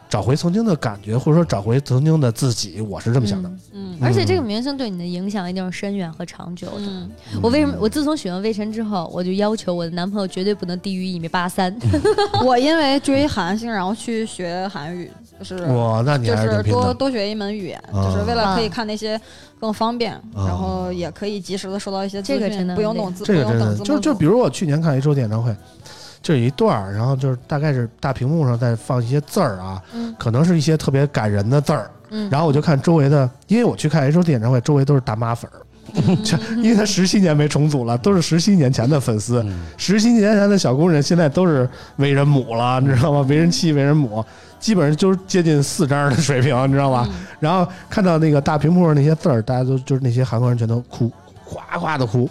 找回曾经的感觉，或者说找回曾经的自己。我是这么想的。嗯嗯 而且这个明星对你的影响一定是深远和长久的。嗯，我为什么我自从喜欢魏晨之后，我就要求我的男朋友绝对不能低于一米八三。我因为追韩星，然后去学韩语，就是哇，那你就还是挺拼多的。多学一门语言，啊就是为了可以看那些更方便，啊然后也可以及时的收到一些资这个真讯，的不用懂字，这个不用真等的，字幕就就比如我去年看一周演唱会，就有一段儿，然后就是大概是大屏幕上在放一些字儿啊，嗯可能是一些特别感人的字儿，嗯然后我就看周围的，因为我去看 H O T 演唱会，周围都是大妈粉儿， 就因为他十七年没重组了，都是十七年前的粉丝，十七年前的小工人现在都是为人母了，你知道吗？为人妻、为人母，基本上就是接近四张的嗯水平，你知道吧？然后看到那个大屏幕上那些字儿，大家都就是那些韩国人全都哭哭夸夸的 哭。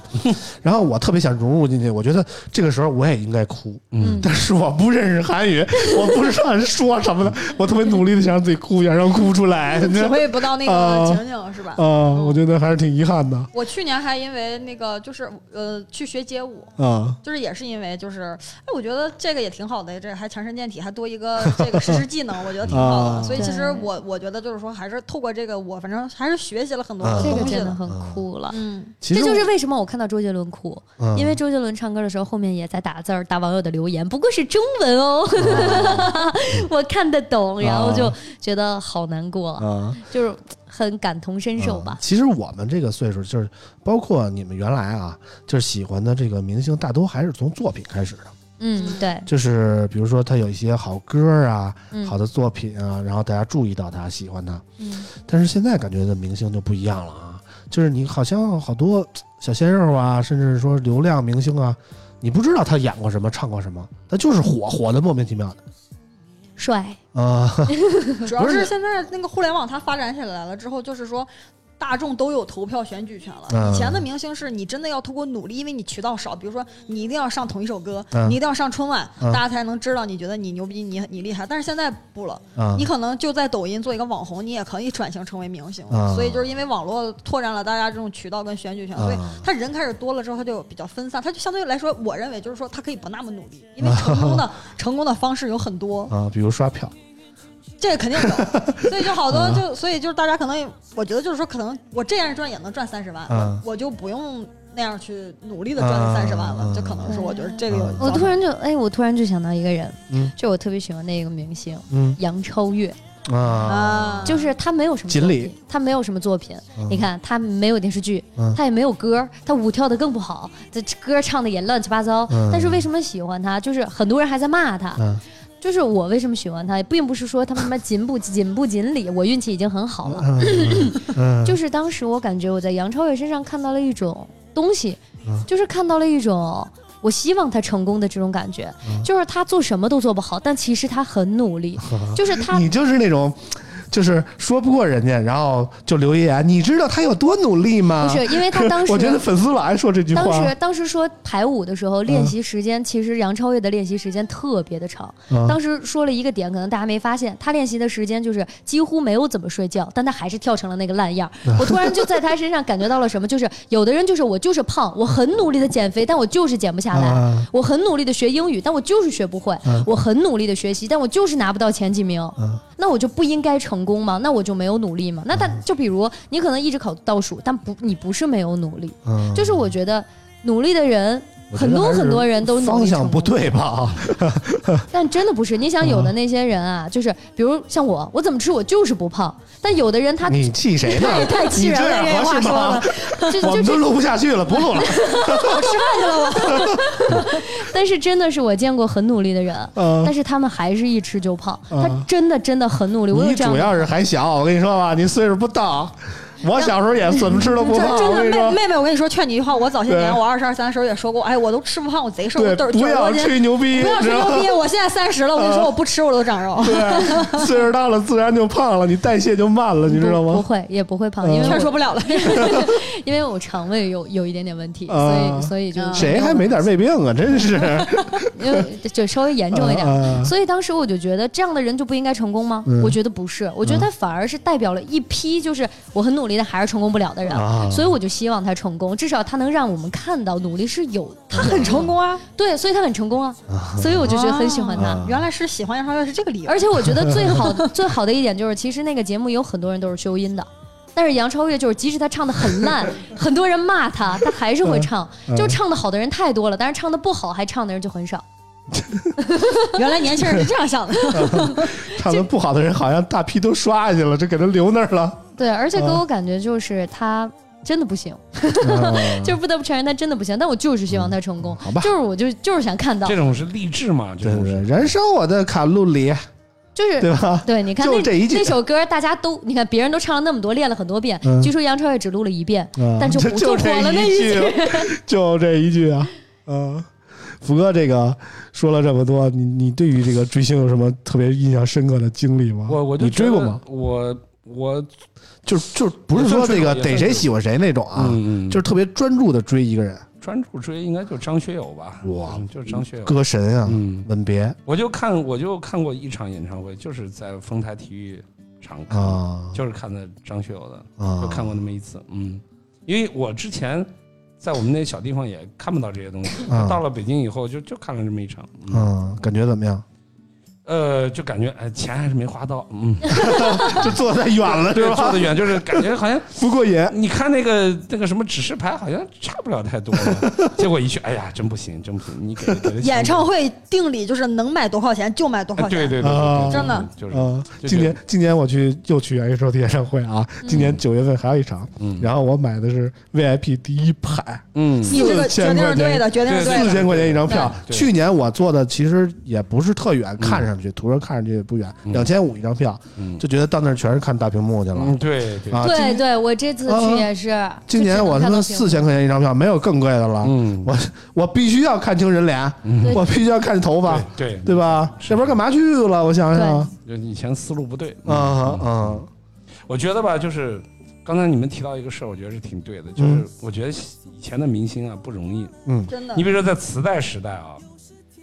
然后我特别想融入进去，我觉得这个时候我也应该哭，嗯但是我不认识韩语，我不知道人说什么的，我特别努力的想让自己哭一下，然后哭不出嗯来。体会不到那啊个情景是吧？啊，我觉得还是挺遗憾的我去年还因为那个就是呃去学街舞，啊。就是也是因为就是哎，我觉得这个也挺好的，这还强身健体，还多一个这个实施技能，我觉得挺好啊的。所以其实对我我觉得就是说，还是透过这个，我反正还是学习了很多啊这个东西真的的。很酷了。嗯，其这实就是为什么我看到周杰伦哭，我嗯因为周杰伦唱歌的时候，后面也在打字儿，打网友的留言，不过是中文哦， 啊我看得懂，然后就觉得好难过，啊，就是很感同身受吧嗯。其实我们这个岁数，就是包括你们原来啊，就是喜欢的这个明星，大都还是从作品开始的。嗯，对，就是比如说他有一些好歌啊、嗯好的作品啊，然后大家注意到他、喜欢他。嗯但是现在感觉的明星就不一样了啊，就是你好像好多小鲜肉啊，甚至说流量明星啊，你不知道他演过什么、唱过什么，他就是火，火的莫名其妙的帅，啊、 主要不是是现在那个互联网它发展起来了之后，就是说。大众都有投票选举权了。嗯以前的明星是你真的要通过努力，因为你渠道少，比如说你一定要上同一首歌，嗯你一定要上春晚，嗯大家才能知道你觉得你牛逼，你你厉害。但是现在不了，啊你可能就在抖音做一个网红，你也可以转型成为明星。啊所以就是因为网络拓展了大家这种渠道跟选举权，啊所以他人开始多了之后，他就比较分散，他就相对来说，我认为就是说他可以不那么努力，因为成功的成功的方式有很 多，啊，比如刷票，这个肯定有。所以就好多就所以就是大家可能我觉得就是说，可能我这样赚也能赚三十万，啊我就不用那样去努力的赚三十万了，啊就可能是我觉得这个有啊。我突然就哎，我突然就想到一个人，嗯就我特别喜欢的一个明星嗯杨超越，啊，啊，就是他没有什么锦作鲤品，他没有什么作品，嗯你看他没有电视剧嗯，他也没有歌，他舞跳的更不好，这歌唱的也乱七八糟嗯。但是为什么喜欢他？就是很多人还在骂他，嗯就是我为什么喜欢他，并不是说他们什么锦不锦不锦鲤，我运气已经很好了。嗯嗯， 就是当时我感觉我在杨超越身上看到了一种东西嗯，就是看到了一种我希望他成功的这种感觉，嗯就是他做什么都做不好，但其实他很努 力，就是他你就是那种，就是说不过人家，然后就留言，你知道他有多努力吗？不是因为他 当时我觉得粉丝老爱说这句话。当时当时说排舞的时候，练习时间、其实杨超越的练习时间特别的长。嗯当时说了一个点，可能大家没发现，她练习的时间就是几乎没有怎么睡觉，但她还是跳成了那个烂样 儿。我突然就在她身上感觉到了什么，就是有的人就是我就是胖，我很努力的减肥，但我就是减不下来。啊我很努力的学英语，但我就是学不会；嗯我很努力的学习，但我就是拿不到前几名。嗯那我就不应该成功吗？那我就没有努力吗？那但就比如你可能一直考倒数，但不，你不是没有努力，嗯就是我觉得努力的人。我觉很得多还是很多人都努力方向成不功，对嗯吧？ 但真的不是。你想，有的那些人啊，就是比如像我，我怎么吃我就是不胖。但有的人他你气谁呢？太太气你人这了，样这个合话适说吗的，？ 就我就们这都录不下去了，不录了。但是真的是我见过很努力的人，嗯但是他们还是一吃就胖。他嗯真的真的很努力， 我有你这样主的要是还小，我跟你说吧，你岁数不到。我小时候也怎么吃都不胖，真我的跟你妹说，妹妹，我跟你说，劝你一句话，我早些年对我二十二三的时候也说过，哎，我都吃不胖，我贼瘦，对我都，是九不十要多斤。吹牛逼，不要吹知道吗嗯牛逼，我现在三十了，我跟你说，我不吃我都长肉。对，岁数大了自然就胖了，你代谢就慢了，你知道不不吗？会，也不会胖，嗯 因为劝我说不了了，因为我肠胃有有一点点问题，啊所以所以就谁还没点胃病啊？真 是因为就稍微严重一点。啊所以当时我就觉得这样的人就不应该成功吗？嗯我觉得不是，我觉得他反而是代表了一批就是我很努力但还是成功不了的人，啊所以我就希望他成功，至少他能让我们看到努力是有他很成功啊。对，所以他很成功啊，所以我就觉得很喜欢他。嗯啊原来是喜欢杨超越是这个理由，而且我觉得最 好最好的一点就是，其实那个节目有很多人都是修音的。但是杨超越就是，即使她唱的很烂，很多人骂她，她还是会唱。嗯嗯就唱的好的人太多了，但是唱的不好还唱的人就很少。原来年轻人是这样 想的。唱的不好的人好像大批都刷下去了，就给他留那儿 了。对，而且给嗯我感觉就是她真的不行，哦嗯就是不得不承认她真的不行。但我就是希望她成 功，好吧就是我就就是想看到这，种是励志嘛？这对种对对，是燃烧我的卡路里，就是对吧？对，你看就那这一句那首歌，大家都你看别人都唱了那么多，练了很多遍，嗯据说杨超越只录了一遍，嗯但是就我就火这了那一一句句。就这一句啊，嗯，福哥这个说了这么多，你你对于这个追星有什么特别印象深刻的经历吗？我我就你追觉过得吗？我我就就不是说这个也算是有逮谁喜欢谁那种啊，嗯就是特别专注的追一个人，专注追应该就张学友吧，哇嗯就是张学友。歌神啊，嗯，吻别我就看我就看过一场演唱会，就是在丰台体育场看，啊就是看的张学友的，啊，就看过那么一次。嗯，因为我之前在我们那小地方也看不到这些东西，啊到了北京以后就就看了这么一场。嗯嗯，感觉怎么 样？呃，就感觉哎，钱还是没花到， 嗯，就坐得太远了对，坐得远，就是感觉好像不过瘾。你看那个那个什么指示牌，好像差不了太 多了。结果一去，哎呀，真不行，真不行，你给的给的钱演唱会定理就是能买多少钱就买多啊少对哎钱，对对对对，真的就是嗯，就今觉得年今年我去又去 H O T 演唱会啊，今嗯年九月份还有一场，嗯然后我买的是 V I P 第一排，嗯你这4000个决定块是钱对的，决定是对四的。千块钱一张票。对对去年我坐的其实也不是特远，看上去图上看上去也不远，嗯两千五一张票，嗯就觉得到那儿全是看大屏幕去了嗯对对啊。对今对，我这次去也是。今年我他妈四千块钱一张票，没有更贵的了。嗯我我必须要看清人脸，嗯我必须要看头发，对对对吧？要不然干嘛去了？我想想，就以前思路不对啊啊，啊我觉得吧，就是刚才你们提到一个事儿，我觉得是挺对的，就是嗯我觉得以前的明星啊不容易，嗯真的你，比如说在磁带时代啊，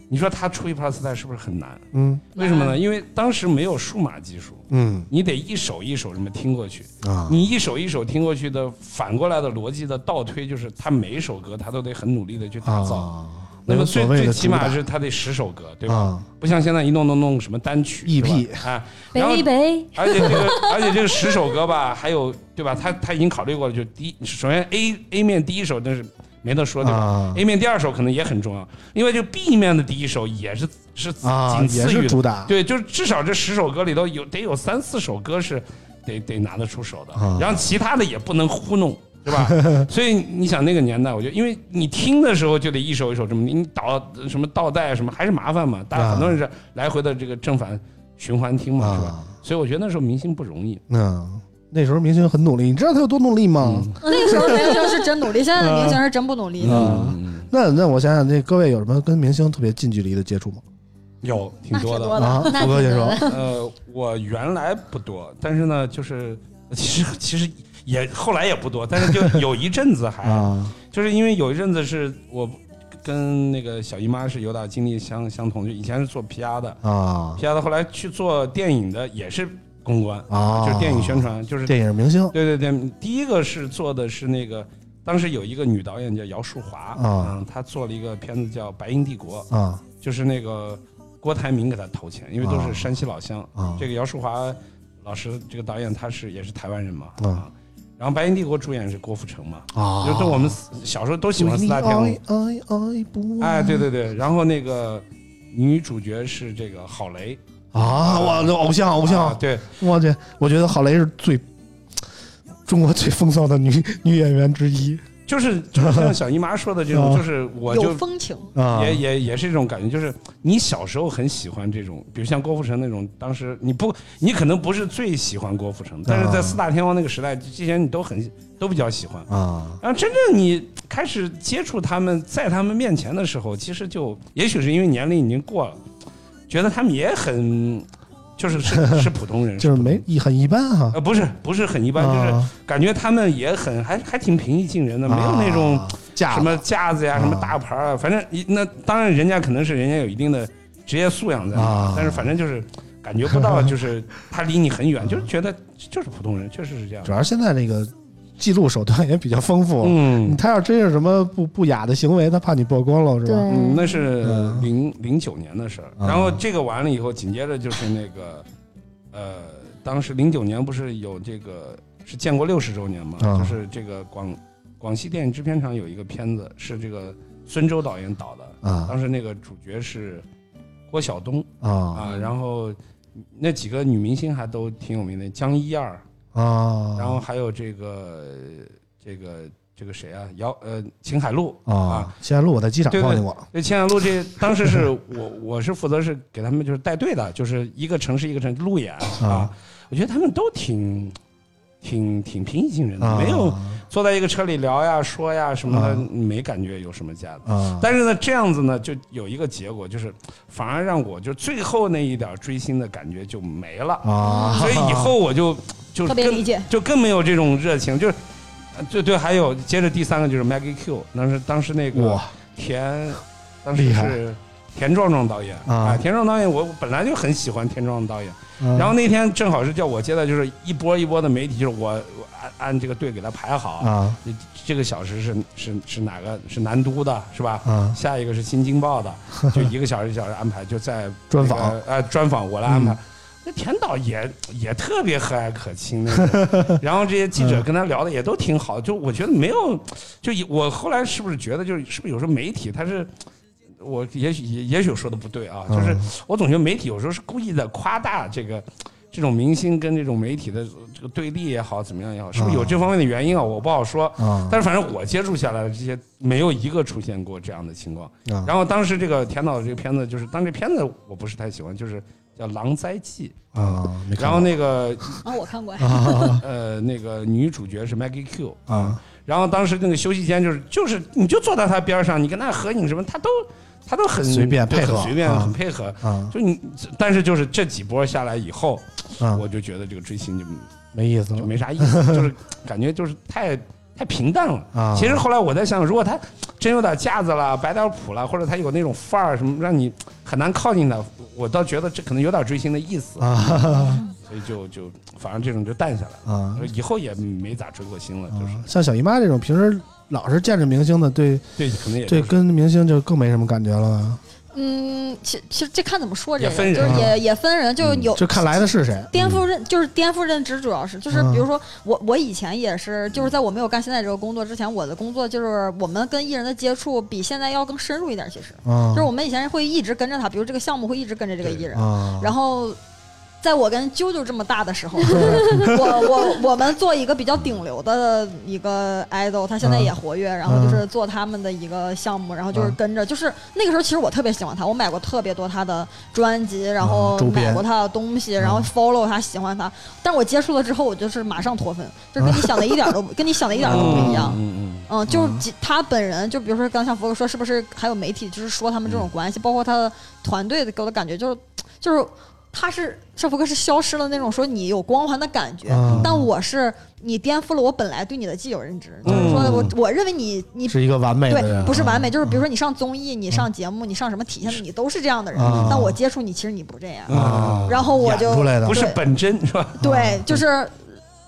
你说他出一盘磁带是不是很难？嗯为什么呢？因为当时没有数码技术，嗯你得一首一首这么听过去。啊，你一首一首听过去的，反过来的逻辑的倒推，就是他每一首歌他都得很努力的去打造。啊，那么最所谓最的起主码打是他得十首歌，对吧？啊，不像现在一弄弄弄什么单曲 EP 是吧啊，然后，baby，而且这个 而且这个十首歌吧，还有对吧？他他已经考虑过了，就第一首先 A A 面第一首那是没得说对吧、啊 a 面第二首可能也很重要，另外就 B 面的第一首也是是啊，哎仅也次于是主打，对，就是至少这十首歌里头有得有三四首歌是得得拿得出手的啊，然后其他的也不能糊弄，对吧？所以你想那个年代，我觉得因为你听的时候就得一首一首这么，你倒什么倒带啊什么还是麻烦嘛，大家啊很多人是来回的这个正反循环听嘛，是吧？啊，所以我觉得那时候明星不容易，嗯，那时候明星很努力，你知道他有多努力吗？嗯那个时候明星是真努力，现在嗯的明星是真不努力。啊嗯那那我想想，那各位有什么跟明星特别近距离的接触吗？有挺多的，那啊，那我哥先说，呃，我原来不多，但是呢，就是其实其实也后来也不多，但是就有一阵子还。啊就是因为有一阵子是我跟那个小姨妈是有点经历相相同，就以前是做 PR 的 啊，PR 的后来去做电影的也是公关，啊，就是电影宣，传，就是电影明星对对对，第一个是做的是那个。当时有一个女导演叫姚淑华，啊嗯，她做了一个片子叫《白银帝国》，啊就是那个郭台铭给她投钱，因为都是山西老乡，啊这个姚淑华老师，这个导演他是也是台湾人嘛，嗯啊，然后《白银帝国》主演是郭富城嘛，啊，就是我们小时候都喜欢四大哦天王，爱爱爱不哎，对对对，然后那个女主角是这个郝蕾，啊，我的偶像偶啊像，对，我去，我觉得郝蕾是最中国最风骚的女女演员之一就是就是像小姨妈说的这种， 啊就是我有就风情，啊，也也也是一种感觉，就是你小时候很喜欢这种，比如像郭富城那种，当时你不你可能不是最喜欢郭富城，但是在四大天王那个时代，这些你都很都比较喜欢。啊然后真正你开始接触他们，在他们面前的时候，其实就也许是因为年龄已经过了，觉得他们也很就是 是是普通人，就是普通没人一很一般哈呃，不是不是很一般，就是啊感觉他们也很还还挺平易近人的，没有那种啊架什么架子呀、啊什么大牌啊，反正一那当然人家可能是人家有一定的职业素养在啊，但是反正就是感觉不到，就是他离你很远，就是觉得就是普通人，确实是这样主。 要是现在这个记录手段也比较丰富。嗯，他要真是什么不不雅的行为，他怕你曝光了，是吧？嗯，对，那是嗯零零九年的事儿。啊然后这个完了以后，紧接着就是那个，呃，当时零九年不是有这个是建国六十周年嘛，啊就是这个广广西电影制片厂有一个片子是这个孙周导演导的，啊当时那个主角是郭晓东啊啊，然后那几个女明星还都挺有名的，江一燕儿，啊！然后还有这个这个这个谁啊，姚呃秦海璐啊，西安路我在机场对对碰见过对，青海路这当时是我，我是负责是给他们啊就是带队的，就是一个城市一个城市路演啊。我觉得他们都挺挺挺平易近人的，啊没有坐在一个车里聊呀、说呀什么的，啊没感觉有什么架子。啊，但是呢，这样子呢，就有一个结果，就是反而让我就最后那一点追星的感觉就没了，啊，所以以后我就就特别更理解。就更没有这种热情，就是。呃对对，还有接着第三个就是 Maggie Q，当时当时那个哇 田，当时厉害是田壮壮导演哎啊田壮导演我本来就很喜欢田壮壮导演，嗯然后那天正好是叫我接待，就是一波一波的媒体，就是我我按按这个队给他排好，啊这这个小时是是是哪个是南都的，是吧？啊下一个是新京 报的，就一个小时一小时安排，就在专那个访呃专访我来安排嗯。那田导也也特别和蔼可亲那 种，然后这些记嗯者跟他聊的也都挺好，就我觉得没有，就以我后来是不是觉得就是是不是有时候媒体他是。我也许也也许说的不对啊，就是嗯我总觉得媒体有时候是故意在夸大这个这种明星跟这种媒体的这个对立也好，怎么样也好，是不是有嗯这方面的原因啊？我不好说。啊，但是反正我接触下来的这些，没有一个出现过这样的情况。然然后当时这个田导的这个片子，就是当这片子我不是太喜欢，就是叫《狼灾记啊，没》。看然后那个啊，我看过呀，啊呃那个女主角是 Maggie Q，啊然后当时那个休息间就是就是你就坐在她边上，你跟她合影什么，她都她都很随便对配合很随便啊很配合。啊就你，但是就是这几波下来以后，啊，哦我就觉得这个追星就没意思就了没啥意思，就是感觉就是太太平淡了。啊。其实后来我在想，如果他真有点架子了、摆点谱了，或者他有那种范儿什么，让你很难靠近他，我倒觉得这可能有点追星的意思，啊所以就就反正这种就淡下来了。啊以后也没咋追过星了，就是啊，像小姨妈这种平时老是见着明星的，对对，可能也对，就是跟明星就更没什么感觉了，嗯，其其实这看怎么说这也个，分人就是啊也也分人，就嗯有就看来的是谁颠覆认就是颠覆认知，主要是就是嗯比如说我我以前也是，就是在我没有干现在这个工作之前，我的工作就是我们跟艺人的接触比现在要更深入一点，其实啊哦就是我们以前会一直跟着他，比如这个项目会一直跟着这个艺人，啊，然后。在我跟啾啾这么大的时候， 我我我们做一个比较顶流的一个 idol，他现在也活跃，然后就是做他们的一个项目，然后就是嗯跟着，就是那个时候其实我特别喜欢他，我买过特别多他的专辑，然后嗯周边买过他的东西，然后嗯 follow 他，喜欢他。但我接触了之后，我就是马上脱粉，就是跟你想的一点 都不，跟你想的一点都不一样。嗯嗯，就是几他本人，就比如说刚像佛哥说，是不是还有媒体就是说他们嗯这种关系，包括他的团队的给我的感觉就是，就是他是这佛哥是消失了那种说你有光环的感觉，啊但我是你颠覆了我本来对你的既有认知，就是嗯说我我认为你你是一个完美的嗯对人，啊不是完美，就是比如说说你上综艺，你上节目，你上什么体现的，你都是这样的人啊，但我接触你其实你不这样，嗯啊然后我就演出来的不是对本真是吧？对，就是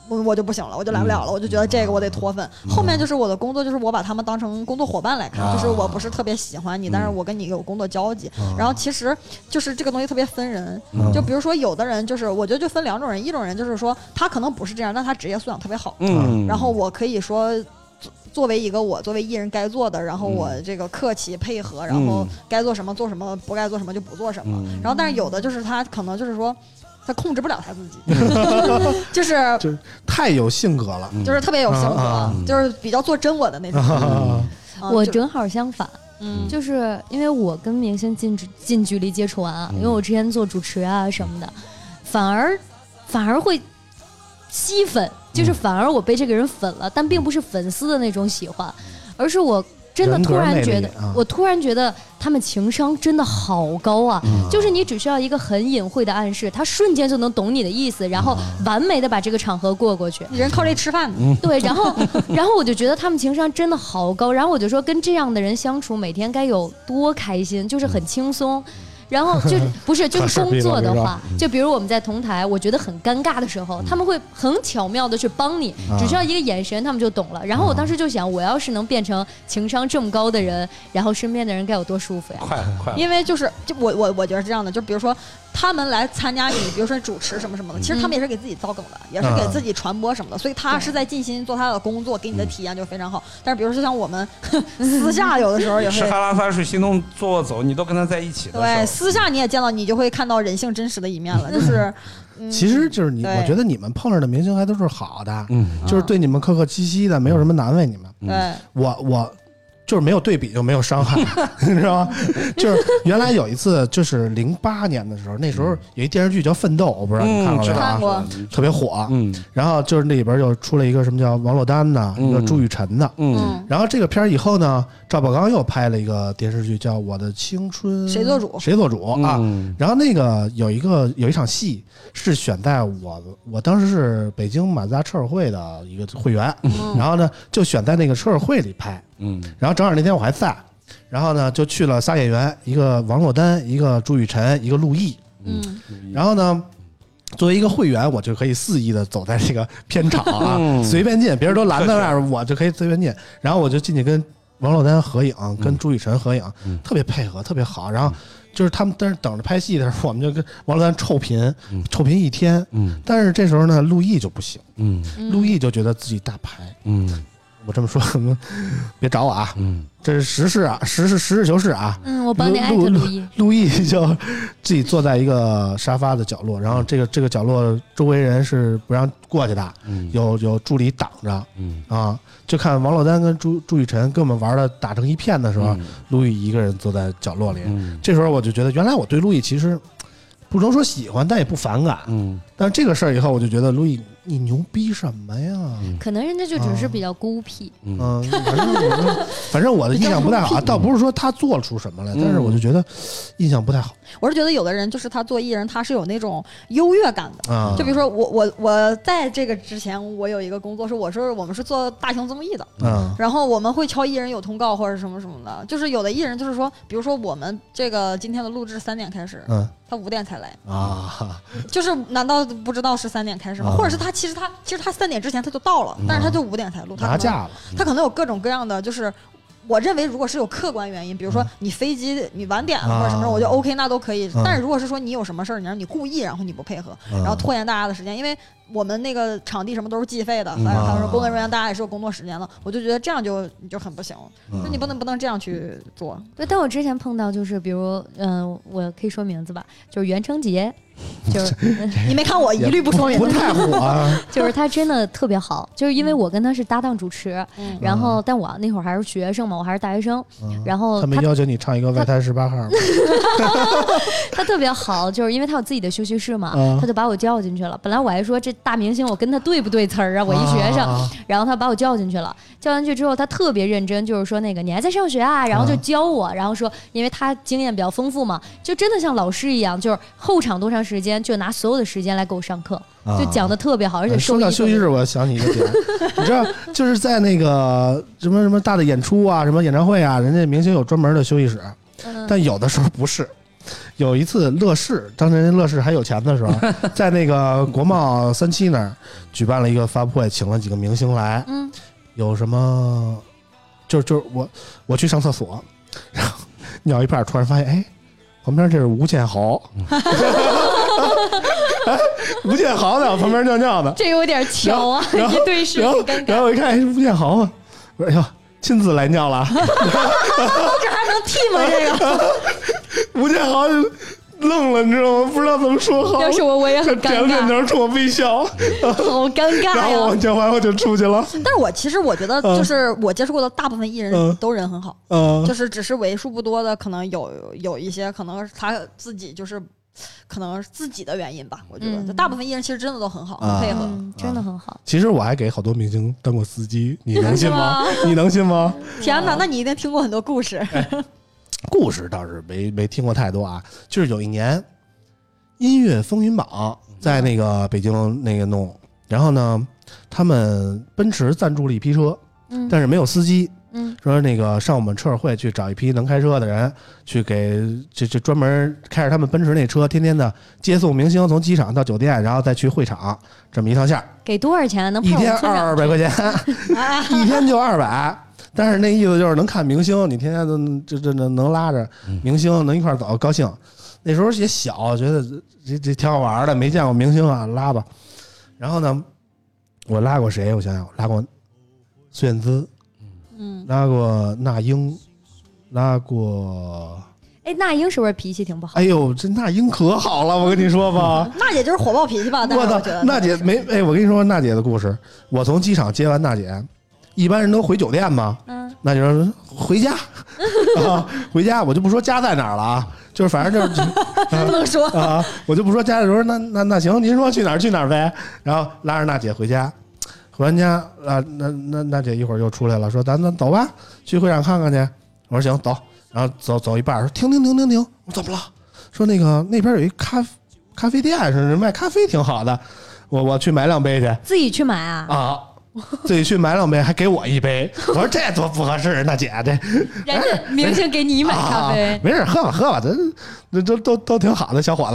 我我就不行了，我就来不了了，我就觉得这个我得脱粉。后面就是我的工作，就是我把他们当成工作伙伴来看，就是我不是特别喜欢你，但是我跟你有工作交集。啊然后其实就是这个东西特别分人，嗯就比如说有的人就是我觉得就分两种人，一种人就是说他可能不是这样，但他职业素养特别好，嗯，然后我可以说。作作为一个我作为艺人该做的，然后我这个客气配合，然后该做什么做什么，不该做什么就不做什么。嗯然后，但是有的就是他可能就是说，他控制不了他自己， 就是太有性格了就是特别有性格，啊就是比较做真我的那种。嗯 啊啊我就正好相反，嗯就是因为我跟明星近距近距离接触完啊，因为我之前做主持啊什么的，嗯反而反而会吸粉，嗯就是反而我被这个人粉了，但并不是粉丝的那种喜欢，而是我真的嗯人格突然觉魅力得，啊我突然觉得他们情商真的好高啊！嗯就是你只需要一个很隐晦的暗示，他瞬间就能懂你的意思，然后嗯完美的把这个场合过过去。人靠这吃饭呢。 对，然后然后我就觉得他们情商真的好高，然后我就说跟这样的人相处，每天该有多开心，就是很轻松。然后 就不是就是嗯事儿工逼了作的是吧嗯话，就比如我们在同台，我觉得很尴尬的时候，他们会很巧妙的去帮你，啊只需要一个眼神，他们就懂了。然后我当时就想，我要是能变成情商这么高的人，然后身边的人该有多舒哦服呀！快快，因为就是，就我我我觉得是这样的，就比如说他们来参加你，比如说主持什么什嗯么的，其实他们也是给自己造梗的，也是给自己传播什么的，所以他是在尽心做他的工作，给你的体验就非常好。嗯但是比如说像我们 私下有的时 候也吃会哈，拉撒睡，行动坐走，你都跟他在一起的对，时私下你也见到，你就会看到人性真实的一面了，就是，嗯其实就是你，对我觉得你们碰上的明星还都是好的，候，嗯嗯嗯就是对你们客客气气的，没有什么难为你们。对，我我就是没有对比就没有伤害，你知道吗？就是原来有一次，就是零八年的时候，那时候有一电视剧叫《奋斗》，我不知道你看过没有看啊？过特别火。嗯然后就是那里边又出了一个什么叫王珞丹的，一个嗯朱雨辰的。嗯，嗯，然后这个片儿以后呢，赵宝刚又拍了一个电视剧叫《我的青春谁做主谁做主》啊。嗯然后那个有一个有一场戏是选在我我当时是北京马自达车友会的一个会员，然后呢就选在那个车友会里拍，嗯然后正好那天我还在，然后呢就去了仨演员，一个王珞丹，一个朱雨辰，一个陆毅，嗯，然后呢。作为一个会员，我就可以肆意的走在这个片场啊，嗯随便进，别人都拦在那儿，我就可以随便进。然后我就进去跟王珞丹合影，跟朱雨辰合影，嗯特别配合，特别好。然后就是他们但是等着拍戏的时候，我们就跟王珞丹臭贫，嗯臭贫一天。嗯但是这时候呢，陆毅就不行，嗯陆毅就觉得自己大牌。嗯我这么说， 可能别找我啊，嗯，这是实事啊，实事实事求是啊。嗯，我帮你艾特录陆毅。陆毅 就自己坐在一个沙发的角落，然后这个这个角落周围人是不让过去的，嗯有有助理挡着嗯啊。就看王珞丹跟朱朱雨辰跟我们玩的打成一片的时候，嗯陆毅一个人坐在角落里。嗯这时候我就觉得，原来我对陆毅其实不能说喜欢，但也不反感。嗯但是这个事儿以后，我就觉得陆毅你牛逼什么呀？可能人家就只哦是比较孤僻，嗯嗯，反正我反正我的印象不太好啊，倒不是说他做出什么来，但是我就觉得印象不太好我是觉得有的人就是他做艺人，他是有那种优越感的。啊。就比如说我我我在这个之前，我有一个工作是我是我们是做大型综艺的，嗯然后我们会敲艺人有通告或者什么什么的，就是有的艺人就是说，比如说我们这个今天的录制三点开始，嗯他五点才来，啊， 就是难道不知道是三点开始吗？啊嗯或者是他其实他其实他三点之前他就到了，但是他就五点才录，他可拿能架了，他可能有各种各样的，就是我认为如果是有客观原因，比如说你飞机你晚点了或者什么，嗯啊我就 OK，那都可以。嗯但是如果是说你有什么事儿，你让你故意，然后你不配合，然然后拖延大家的时间，因为我们那个场地什么都是计费的，嗯还有还有啊工作人员，大家也是有工作时间的，我就觉得这样就你就很不行，嗯那你不能不能这样去 做。对，但我之前碰到就是，比如，嗯、我可以说名字吧，就是袁成杰， 就是 你没看我一律不说人不，太火啊，就是他真的特别好，就是嗯因为我跟他是搭档主持，嗯然后但我那会儿还是学生嘛，我还是大学生，嗯然后他没哦他要求你唱一个外滩十八号吗，他特别好，就是因为他有自己的休息室嘛，嗯他就把我叫进去了。本来我还说这大明星我跟他对不对词儿啊，我一学生，啊然后他把我叫进去了。叫进去之后，他特别认真，就是说那个你还在上学啊，然后就嗯教我，然后说因为他经验比较丰富嘛，就真的像老师一样，就是后场多长时间就拿所有的时间来给我上课，就讲的特别好，而且啊哎说收到益休息特别室，我想起一个点，你知道，就是在那个什么什么大的演出啊，什么演唱会啊，人家明星有专门的休息室，嗯但有的时候不是。有一次，乐视当年乐视还有钱的时候，在那个国贸三期那儿举办了一个发布会，请了几个明星来，嗯，有什么？就是就是我我去上厕所，然后尿一半，突然发现，哎，旁边这是吴建豪， 哎吴建豪 在我旁边尿尿呢。这有点巧啊，然后一对视然后挺尴尬然，后我一看，哎，是吴建豪啊，我说哎呦，亲自来尿 了，这还能替吗？这 个吴建豪就愣了，你知道吗？不知道怎么说好。要是我我也很点尴了点尬，哎头，冲我微 笑，好尴尬然 后我呀。尿完我就出去了。但是我其实我觉得，嗯就是我接触过的大部分艺人嗯都人很好。嗯就是只是为数不多的，可能有有一些，可能是他自己就是，可能是自己的原因吧。我觉得、嗯就大部分艺人其实真的都很好，啊很配合。嗯，真的很好。其实我还给好多明星当过司机，你能信吗？你能信吗？天哪，那你一定听过很多故事。哎故事倒是没没听过太多啊，就是有一年音乐风云榜在那个北京那个弄，然后呢，他们奔驰赞助了一批车，嗯但是没有司机，嗯，说那个上我们车友会去找一批能开车的人，去给这这专门开着他们奔驰那车，天天的接送明星从机场到酒店，然后再去会场，这么一趟线儿，给多少钱啊能一泡我天们村长？二百块钱， 一天就二百。但是那意思就是能看明星，你天天都这这能能拉着明星能一块儿走，高兴。那时候也小，觉得这这挺好玩的，没见过明星啊，拉吧。然后呢，我拉过谁？我想想，我拉过孙燕姿，嗯，拉过那英，拉过……哎，那英是不是脾气挺不好？哎呦，这那英可好了，我跟你说吧。娜姐就是火爆脾气吧？但我是我操觉得，娜姐没哎，我跟你说娜姐的故事。我从机场接完娜姐，一般人都回酒店嘛，嗯，那就说回家 啊，回家我就不说家在哪儿了啊，就是反正就是 不 能说。啊，我就不说家里说那那那行，您说去哪儿去哪儿呗。然后拉着娜姐回家，回完家啊，那那娜姐一会儿又出来了，说咱咱走吧，去会场看看去。我说行，走。然后走走一半儿，说停停停停停，我说怎么了？说那个那边有一咖咖啡店，是卖咖啡挺好的，我我去买两杯去自己去买啊，啊。自己去买两杯，还给我一杯。我说这多不合适，娜姐这人家明星给你买咖啊啡，没事，喝吧喝吧，这这都都都挺好的小伙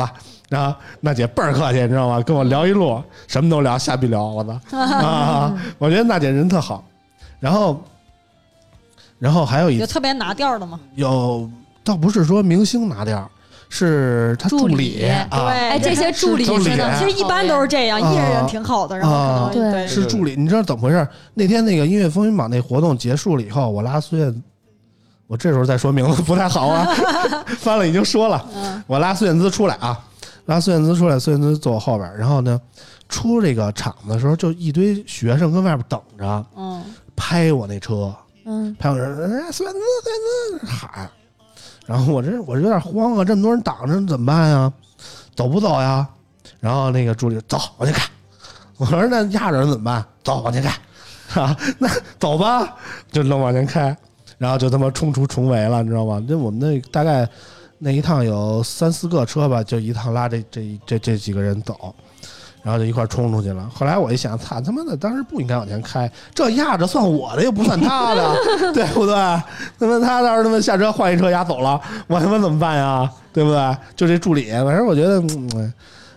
子啊。娜姐倍儿客气，你知道吗？跟我聊一路，什么都聊，瞎逼聊，我 操啊！我觉得娜姐人特好。然后，然后还有一有特别拿调的吗？有，倒不是说明星拿调儿，是他助助理理啊，哎，这些助理哦助理真的啊其实一般都是这样，啊艺人挺好的，然后啊可能对是助理。你知道怎么回事儿？那天那个音乐风云榜那活动结束了以后，我拉苏燕，我这时候再说名字不太好啊， 翻了已经说了。嗯，我拉孙燕姿出来啊，拉孙燕姿出来，孙燕姿坐我后边儿，然后呢，出这个场子的时候，就一堆学生跟外边等着嗯，拍我那车，嗯，拍我车，哎，孙燕姿，孙燕姿喊，然后我这我有点慌啊，这么多人挡着怎么办呀？走不走呀？然后那个助理走，往前看。我说那压着人怎么办？走，往前看，啊，那走吧，就愣往前开，然后就他妈冲出重围了，你知道吗？那我们那大概那一趟有三四个车吧，就一趟拉这这这这几个人走，然后就一块冲出去了。后来我一想，操他妈的，当时不应该往前开，这压着算我的，又不算他的，对不对？他妈他要是他妈下车换一车压走了，我他妈怎么办呀？对不对？就这助理，反正我觉得、嗯、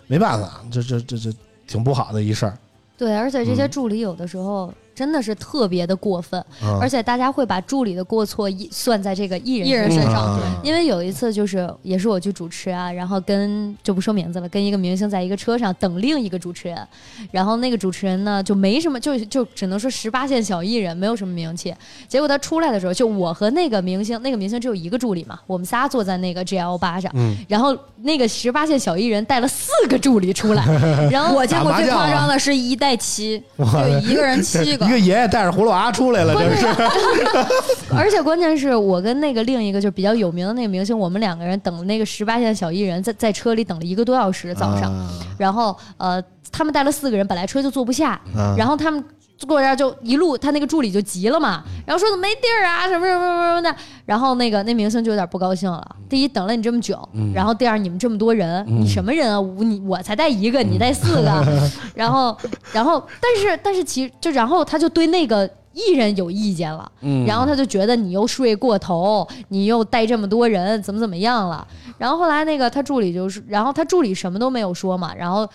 没办法，这这这这挺不好的一事儿。对，而且这些嗯助理有的时候真的是特别的过分，嗯、而且大家会把助理的过错一算在这个艺人艺人身身上。上，嗯因为有一次就是也是我去主持啊，然后跟就不说名字了，跟一个明星在一个车上等另一个主持人，然后那个主持人呢就没什么，就就只能说十八线小艺人，没有什么名气。结果他出来的时候，就我和那个明星，那个明星只有一个助理嘛，我们仨坐在那个 GL 八上，嗯然后那个十八线小艺人带了四个助 理出来，然后我见过打麻最将啊夸张的是一带七，哇就一个人七一 个，个爷爷带着葫芦娃出来了，这是而且关键是我跟那个另一个就比较有名的那个明星，我们两个人等了那个十八线小艺人在在车里等了一个多小时，早上。啊然后呃，他们带了四个人，本来车就坐不下，啊然后他们过这儿就一路，他那个助理就急了嘛，然后说怎么没地儿啊，什么什么什么什么的，然后那个那明星就有点不高兴了。第一，等了你这么久，然后第二，你们这么多人，你什么人啊？我你我才带一个，你带四个，然后然后但是但是其实就然后他就对那个。艺人有意见了，嗯嗯然后他就觉得你又睡过头，你又带这么多人，怎么怎么样了？然后后来那个他助理就是，然后他助理什么都没有说嘛，然后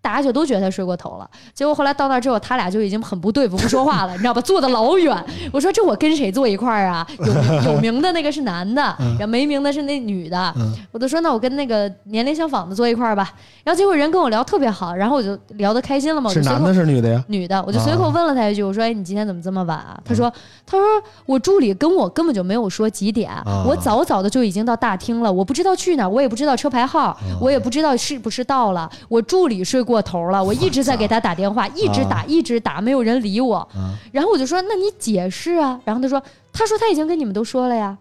大家就都觉得他睡过头了。结果后来到那儿之后，他俩就已经很不对付，不说话了，你知道吧？坐的老远。我说这我跟谁坐一块儿啊？有名有名的那个是男的，嗯然后没名的是那女的。我都说那我跟那个年龄相仿的坐一块儿吧。然后结果人跟我聊特别好，然后我就聊得开心了嘛，我是就随男口的是女的呀？ 女的，我就随啊口问了她一句，我说：“哎，你今天怎么这么晚嗯啊？”她说：“她说我助理跟我根本就没有说几点，啊我早早的就已经到大厅了，我不知道去哪儿，我也不知道车牌啊号，我也不知道是不是到了。我助理睡过头了，我一直在给他打电话，一直啊打，一直打，没有人理我。然后我就说：那你解释啊？然后她说：她说她已经跟你们都说了呀。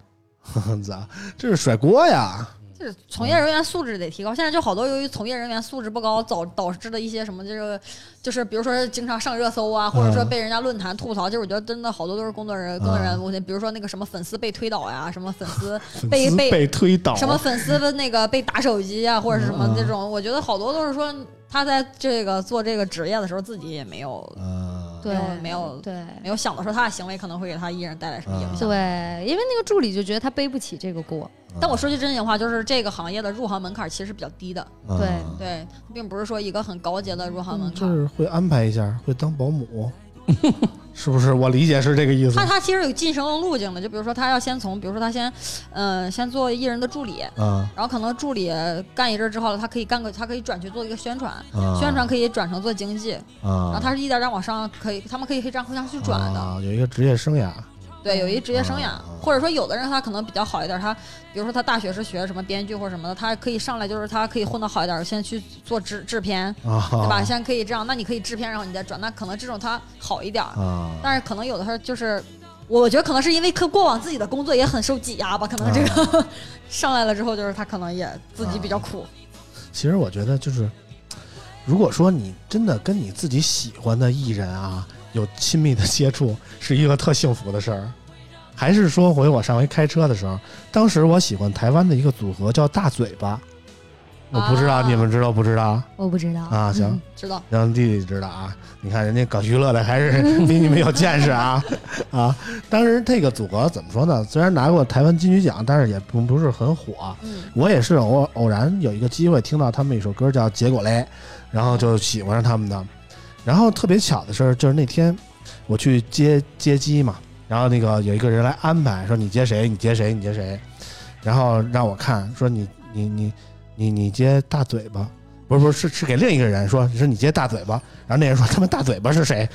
咋？这是甩锅呀！就是从业人员素质得提高。现在就好多由于从业人员素质不高，导导致的一些什么这个，就是比如说经常上热搜啊，或者说被人家论坛吐槽。就是我觉得真的好多都是工作人员工作人员的问题，比如说那个什么粉丝被推倒呀，什么粉丝被粉丝被被推倒，什么粉丝的那个被打手机啊，或者是什么这种，我觉得好多都是说他在这个做这个职业的时候自己也没有啊对哦没有没有对没有想到说他的行为可能会给他艺人带来什么影响。对，因为那个助理就觉得他背不起这个锅。但我说句真心话，就是这个行业的入行门槛其实比较低的，对啊对，并不是说一个很高阶的入行门槛。嗯就是会安排一下，会当保 姆，是不是？我理解是这个意思他他其实有晋升路径的，就比如说他要先从，比如说他先，嗯、先做艺人的助理，啊然后可能助理干一阵儿之后了，他可以干个，他可以转去做一个宣传，啊宣传可以转成做经济，啊然后他是一点点往上可以，他们可以可以这样互相去转的。啊有一个职业生涯对，有一职业生涯啊，或者说有的人他可能比较好一点，他比如说他大学是学什么编剧或者什么的，他可以上来就是他可以混得好一点，先去做制制片，啊，对吧？先可以这样，那你可以制片，然后你再转，那可能这种他好一点儿，啊但是可能有的时候就是我觉得可能是因为他过往自己的工作也很受挤压吧，可能这个、啊 上来了之后，就是他可能也自己比较苦。其实我觉得就是，如果说你真的跟你自己喜欢的艺人啊有亲密的接触，是一个特幸福的事儿。还是说回我上回开车的时候，当时我喜欢台湾的一个组合叫大嘴巴，我不知道、啊你们知道不知道我不知道啊？行，嗯知道让弟弟知道啊！你看人家搞娱乐的还是比你们有见识啊啊！当时这个组合怎么说呢？虽然拿过台湾金曲奖，但是也不不是很火。嗯我也是偶偶然有一个机会听到他们一首歌叫《结果嘞》，然后就喜欢上他们的。然后特别巧的是，就是那天我去接接机嘛，然后那个有一个人来安排说你接谁，你接谁，你接谁，然后让我看说你你你你你接大嘴巴，不是不是是是给另一个人说，你说你接大嘴巴，然后那人说他们大嘴巴是谁？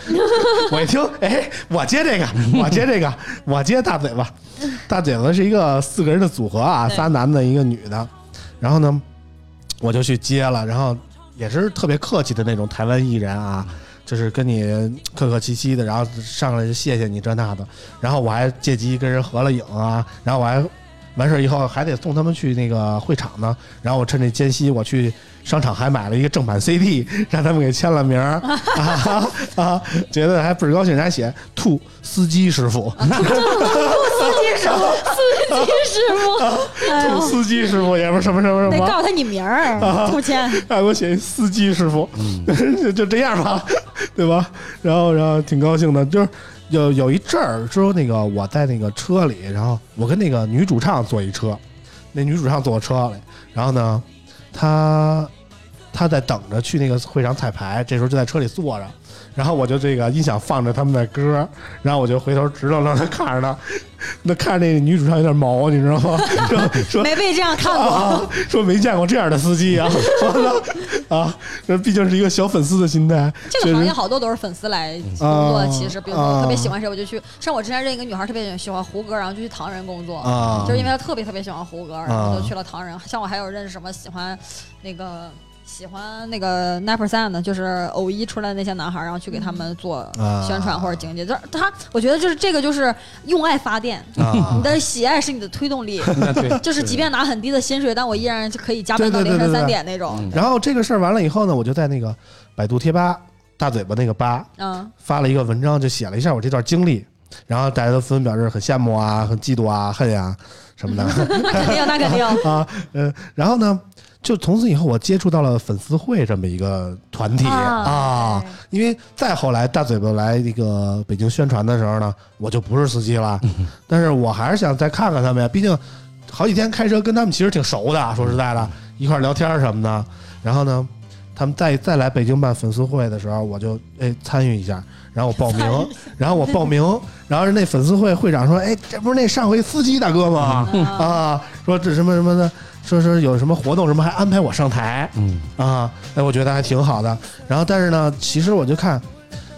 我一听，哎，我接这个，我接这个，我接大嘴巴，大嘴巴是一个四个人的组合啊，对仨男的一个女的，然后呢，我就去接了，然后也是特别客气的那种台湾艺人啊。就是跟你客客气气的，然后上来就谢谢你这那的，然后我还借机跟人合了影啊，然后我还完事儿以后还得送他们去那个会场呢，然后我趁这间隙我去商场还买了一个正版 CD，让他们给签了名 儿啊啊，觉得还倍儿高兴，人还写兔司机师傅，司机师 傅，哎啊兔呦，司机师傅也不是什么什么什得么，啊告诉他你名儿，兔 谦。还给我写一司机师傅， 就就这样吧，对吧？然后然后挺高兴的，就是有有一阵儿之后，那个我在那个车里，然后我跟那个女主唱坐一车，那女主唱坐我车里，然后呢，她她在等着去那个会场彩排，这时候就在车里坐着。然后我就这个音响放着他们的歌，然后我就回头直愣愣的看着她，那看着那女主唱有点毛，你知道吗？ 说说没被这样看过，啊，说没见过这样的司机啊！ 完了啊，这毕竟是一个小粉丝的心态，这确个行业实好多都是粉丝来工作。啊其实，比如说我特别啊喜欢谁，我就去。像我之前认一个女孩，特别喜欢胡歌，然后就去唐人工作，啊，就是因为她特别特别喜欢胡歌，然后啊就去了唐人。像我还有认识什么喜欢那个喜欢那个 Nine Percent 的，就是偶一出来的那些男孩，然后去给他嗯们做啊宣传或者经济。就是他，我觉得就是这个就是用爱发电，啊你，的喜爱是你的推 动力。那对，就是即便拿很低的薪水，但我依然就可以加班到对对对凌晨对三对点那种。然后这个事儿完了以后呢，我就在那个百度贴吧大嘴巴那个吧嗯，发了一个文章，就写了一下我这段经历，然后大家都纷纷表示很羡慕啊、很嫉妒啊、恨呀、什么的肯定，那肯定。 啊，呃，然后呢，就从此以后我接触到了粉丝会这么一个团体啊对因为再后来大嘴巴来那个北京宣传的时候呢，我就不是司机了，但是我还是想再看看他们呀，毕竟好几天开车跟他们其实挺熟的，说实在的，一块儿聊天儿什么的。然后呢，他们再再来北京办粉丝会的时候，我就哎参与一下，然后我报名，然后我报名，然后那粉丝会会长说，哎，这不是那上回司机大哥吗？啊，说这什么什么的。说说有什么活动什么还安排我上台，嗯，啊，哎，我觉得还挺好的。然后，但是呢，其实我就看，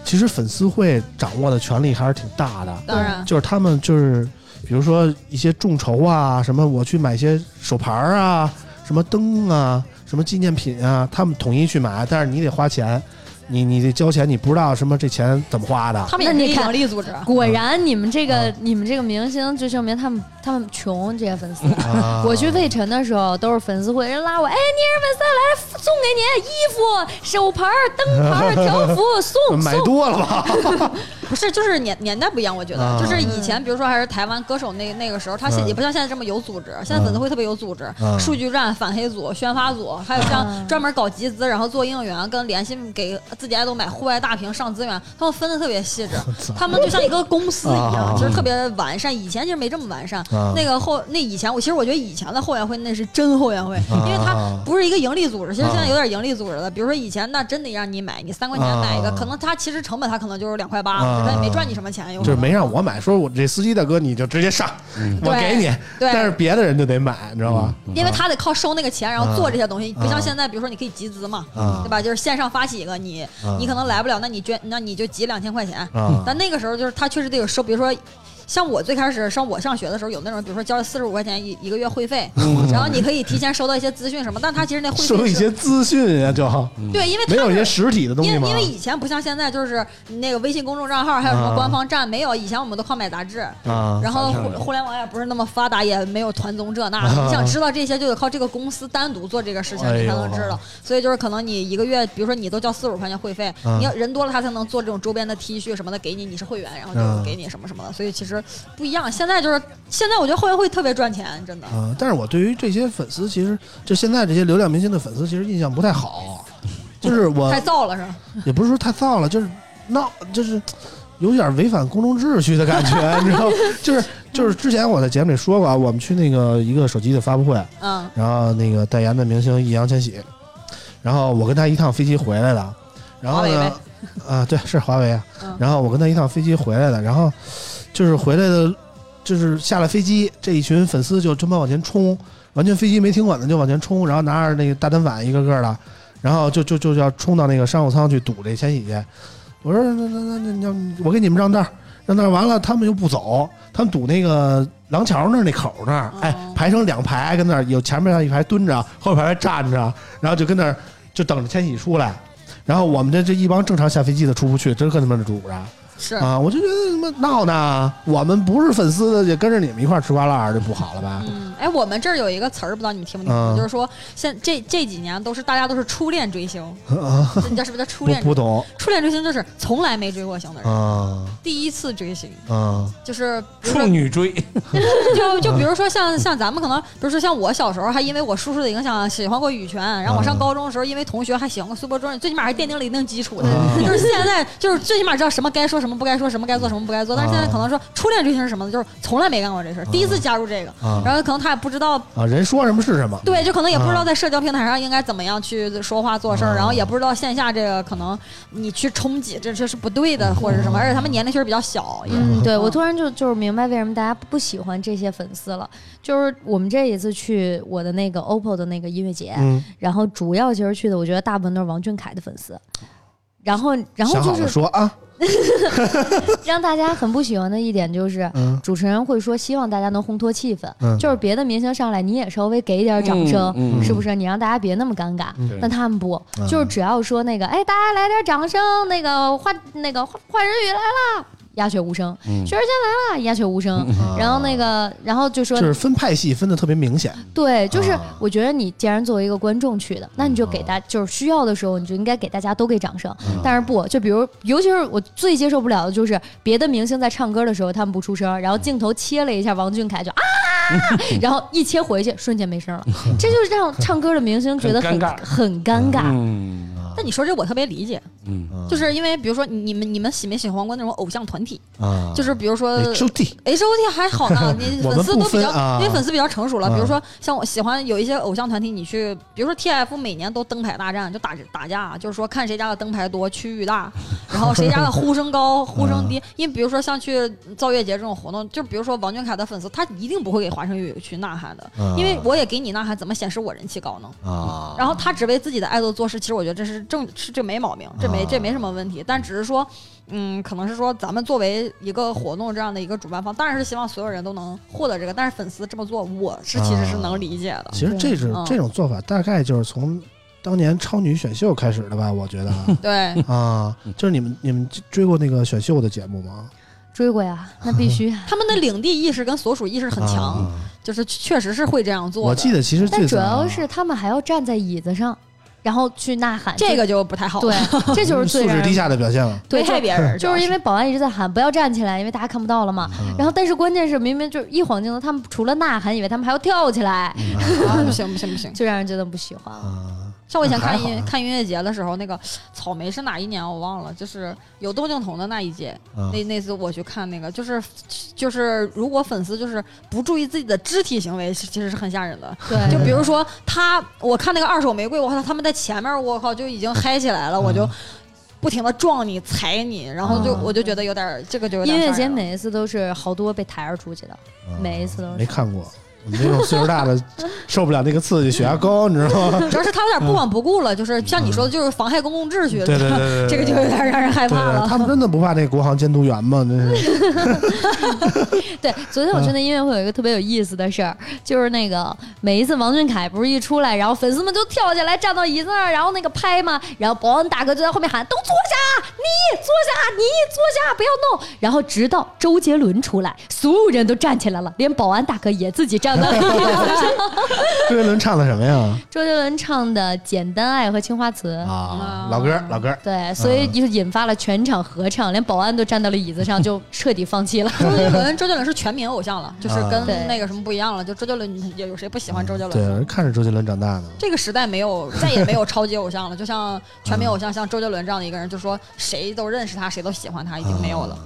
其实粉丝会掌握的权力还是挺大的，当然，就是他们就是，比如说一些众筹啊，什么我去买一些手牌儿啊，什么灯啊，什么纪念品啊，他们统一去买，但是你得花钱，你你得交钱，你不知道什么这钱怎么花的。他们也那是你一看盈利组织。啊 果然你们这个、啊你们这个明星，就证明他们他们穷这些粉丝。啊我去魏晨的时候，都是粉丝会人拉我，哎，你是粉丝，来送给你衣服、手牌、灯牌、条幅，送买送。多了吧？不是，就是年年代不一样，我觉得，啊就是以前，比如说还是台湾歌手那那个时候，他现嗯也不像现在这么有组织，现在粉丝会特别有组织，嗯数据站、反黑组、宣发组，还有像专门搞集资，然后做应援，跟联系给自己爱豆买户外大屏上资源，他们分的特别 细致，他们就像一个公司一啊样，就是特别完善。以前其实没这么完善啊，那个后那以前我其实我觉得以前的后援会那是真后援会，因为他啊不是一个盈利组织，其实现在啊有点盈利组织了。比如说以前那真得让你买，你三块钱买一个，啊可能他其实成本他可能就是两块八，啊但也没赚你什么钱，有就是可能没让我买，说我这司机大哥你就直接上，我给你。对但是别的人就得买，你知道吧？因为他得靠收那个钱，然后啊做这些东西，不像啊现在，比如说你可以集资嘛，啊对吧？就是线上发起一个，你啊你可能来不了，那你捐，那你就集两千块钱。啊但那个时候就是他确实得有收，比如说像我最开始上我上学的时候，有那种比如说交了四十五块钱一一个月会费，嗯然后你可以提前收到一些资讯什么，但他其实那会收费一是些资讯呀，就对，因为没他有一些是实体的东因西为吗因？为以前不像现在，就是那个微信公众账号还有什么官方站没有，以前我们都靠买杂志。啊，然后上互了互联网也不是那么发达，也没有团综这 那啊的。你想知道这些，就得靠这个公司单独做这个事情，哎呦你才能知道。所以就是可能你一个月，比如说你都交四十五块钱会费，嗯你要人多了，他才能做这种周边的 T 恤什么的给你，你是会员，然后嗯就给你什么什么的。所以其实不一样。现在就是现在，我觉得会员会特别赚钱，真的。啊，但是我对于这些粉丝，其实就现在这些流量明星的粉丝，其实印象不太好，就是我太燥了是吧？也不是说太燥了，就是闹，就是有点违反公众秩序的感觉，你知道吗？ 就是就是之前我在节目里说过啊，我们去那个一个手机的发布会，嗯然后那个代言的明星易烊千玺，然后我跟他一趟飞机回来的，然后华为呢呗，啊，对，是华为啊嗯，然后我跟他一趟飞机回来的，然后就是回来的，就是下了飞机，这一群粉丝就这么往前冲，完全飞机没停稳的就往前冲，然后拿着那个大单反一个个的，然后就就就要冲到那个商务舱去堵这千玺去，我说那那那那那，我给你们让道儿。让道儿完了，他们又不走，他们堵那个廊桥那儿那口儿那儿，哦哎，排成两排跟那儿，有前面一排蹲着，后排站着，然后就跟那儿就等着千玺出来。然后我们这这一帮正常下飞机的出不去，真跟他们堵着是。啊！我就觉得他妈闹呢，我们不是粉丝的，也跟着你们一块儿吃瓜烂儿就不好了吧？嗯，哎，我们这儿有一个词儿，不知道你们听不听嗯过，就是说，现这这几年都是大家都是初恋追星，啊， 你知道是不是叫初不恋追不懂初恋追星就是从来没追过星的人，啊第一次追星啊就是，比如处说女追，就就比如说像像咱们可能，比如说像我小时候还因为我叔叔的影响喜欢过羽泉，然后我啊上高中的时候因为同学还喜欢过苏泊庄，最起码还奠定了一定基础的。嗯 就是现在就是最起码知道什么该说什么不该说，什么该做什么不该做。但是现啊在可能说初恋追星是什么呢？就是从来没干过这事儿，第一次加入这个，啊然后可能他也不知道啊！人说什么是什么，对，就可能也不知啊道在社交平台上应该怎么样去说话做事儿，啊然后也不知道线下这个可能你去冲击，这这是不对的，或者是什么，而且他们年龄确实比较小，也嗯，对，我嗯突然就就是明白为什么大家不喜欢这些粉丝了。就是我们这一次去我的那个 OPPO 的那个音乐节，嗯，然后主要其实去的，我觉得大部分都是王俊凯的粉丝。然后，然后想好就了是说啊，让大家很不喜欢的一点就是，嗯主持人会说希望大家能烘托气氛，嗯，就是别的明星上来你也稍微给一点掌声，嗯嗯是不是？你让大家别那么尴尬。嗯对但他们不，嗯就是只要说那个，哎，大家来点掌声，那个换那个换换人语来啦，鸦雀无声；嗯薛之谦来啦，鸦雀无声。啊然后那个，然后就说就是分派系分的特别明显，对，就是啊我觉得你既然作为一个观众去的，那你就给大就是需要的时候，你就应该给大家都给掌声。但是不，就比如，尤其是我最接受不了的就是别的明星在唱歌的时候他们不出声，然后镜头切了一下王俊凯就啊，然后一切回去瞬间没声了，这就是让唱歌的明星觉得很很尴尬很尴尬。嗯但你说这我特别理解，嗯，啊就是因为比如说你们你们喜没喜欢过那种偶像团体，啊，就是比如呃说哎兄弟 H O T 还 好呢，你我们粉丝都比不分啊较，因为粉丝比较成熟了。啊比如说像我喜欢有一些偶像团体，你去，比如说 T F 每年都灯牌大战，就打打架，啊就是说看谁家的灯牌多，区域大，然后谁家的呼声高，呼声嗯低。因为比如说像去造月节这种活动，就比如说王俊凯的粉丝，他一定不会给华晨宇去呐喊的啊，因为我也给你呐喊，怎么显示我人气高呢？啊，然后他只为自己的爱豆做事，其实我觉得这是正是这没毛病，这啊没这没什么问题。但只是说，嗯，可能是说咱们作为一个活动这样的一个主办方，当然是希望所有人都能获得这个，但是粉丝这么做，我是其实是能理解的。其实这是嗯这种做法，大概就是从当年超女选秀开始的吧，我觉得 啊对啊，就是你们你们追过那个选秀的节目吗？追过呀，那必须啊。他们的领地意识跟所属意识很强，啊就是确实是会这样做的。我记得其实但最主早嗯要是他们还要站在椅子上，然后去呐喊。这个就不太好，对，这就是最 素让质人低下的表现了。对危害就别人，就是因为为保安一直在喊不要站起来，因为大家看不到了嘛。 啊然后，但是关键是明明就是一晃镜头，他们除了呐喊以外，他们还要跳起来，啊，不行不行不行。就让人觉得不喜欢了。嗯啊像我以前还看好音啊看音乐节的时候，那个草莓是哪一年我忘了，就是有窦靖童的那一届，啊那那次我去看那个，就是就是如果粉丝就是不注意自己的肢体行为，其其实是很吓人哎的。对，就比如说他，我看那个二手玫瑰，我靠，他们在前面，我靠就已经嗨起来了，我嗯就不停的撞你、踩你，然后就啊我就觉得有点儿这个就有点音儿乐吓节人了每一次都是好多被抬着出去的，每一次都是没看过我们这种岁数大的受不了那个刺激，血压高，你知道 吗？主要是他有点不管不顾了，就是像你说的，就是妨害公共秩序，嗯对对对 对，对这个就有点让 人害对怕对，了。他们真的不怕那国航监督员吗？真是对，昨天我去那音乐会有一个特别有意思的事儿，就是那个每一次王俊凯不是一出来，然后粉丝们就跳起来站到椅子那儿，然后那个拍嘛，然后保安大哥就在后面喊：“都坐下，你坐下，你坐下，不要弄。”然后直到周杰伦出来，所有人都站起来了，连保安大哥也自己站到了椅子上。周杰伦唱的什么 呀？周杰伦唱的《简单爱》和《青花瓷》。啊，老歌，老歌。嗯对，所以就引发了全场合唱，连保安都站到了椅子上，就彻底放弃了。周杰伦，周杰伦是全民偶像了，就是啊跟对那个什么不一样了。就周杰伦，有有谁不喜欢周杰伦？对，看着周杰伦长大的，这个时代没有，再也没有超级偶像了。就像全民偶像，像周杰伦这样的一个人，就说谁都认识他，谁都喜欢他，已经没啊有了。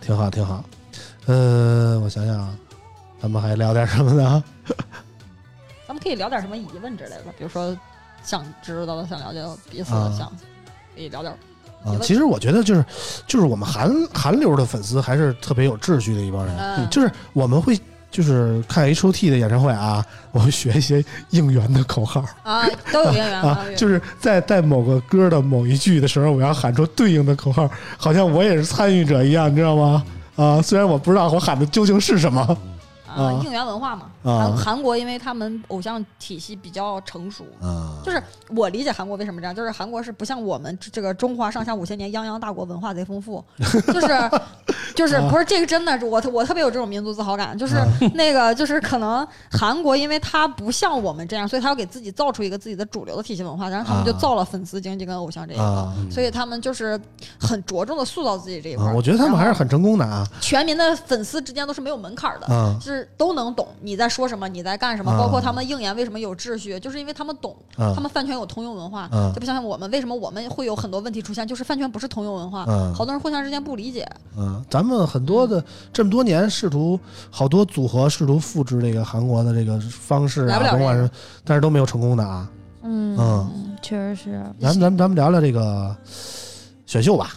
挺好，挺好。呃，我想想啊，咱们还聊点什么呢？啊咱们可以聊点什么疑问之类的，比如说想知道的、想了解到彼此啊的，想可以聊点。啊，其实我觉得就是，就是我们韩韩流的粉丝还是特别有秩序的一帮人，嗯，就是我们会就是看 H O T 的演唱会啊， 我会学一些应援的口号啊，都有渊 源啊，就是在在某个歌的某一句的时候，我要喊出对应的口号，好像我也是参与者一样，你知道吗？啊，虽然我不知道我喊的究竟是什么啊啊，应援文化嘛。啊韩韩国因为他们偶像体系比较成熟，啊就是我理解韩国为什么这样，就是韩国是不像我们这这个中华上下五千年泱泱大国文化贼丰 富，就是就是啊不是这个真的，我特我特别有这种民族自豪感，就是 那个就是可能韩国因为它不像我们这样，所以它要给自己造出一个自己的主流的体系文化，然后他们就啊造了粉丝经济跟偶像这一个，啊嗯所以他们就是很着重的塑造自己这一块啊！儿。我觉得他们还是然后很成功的啊全民的粉丝之间都是没有门槛儿的，啊就是都能懂你在说什么，你在干什么，啊包括他们应援为什么有秩序，就是因为他们懂，啊他们饭圈有通用文化，啊就不像我们为什么我们会有很多问题出现，就是饭圈不是通用文化，啊好多人互相之间不理解，嗯，咱们很多的这么多年试图，好多组合试图复制这个韩国的这个方式来啊不，了甭管这个是，但是都没有成功的啊。嗯， 嗯，确实是咱们咱们咱们聊聊这个选秀 吧，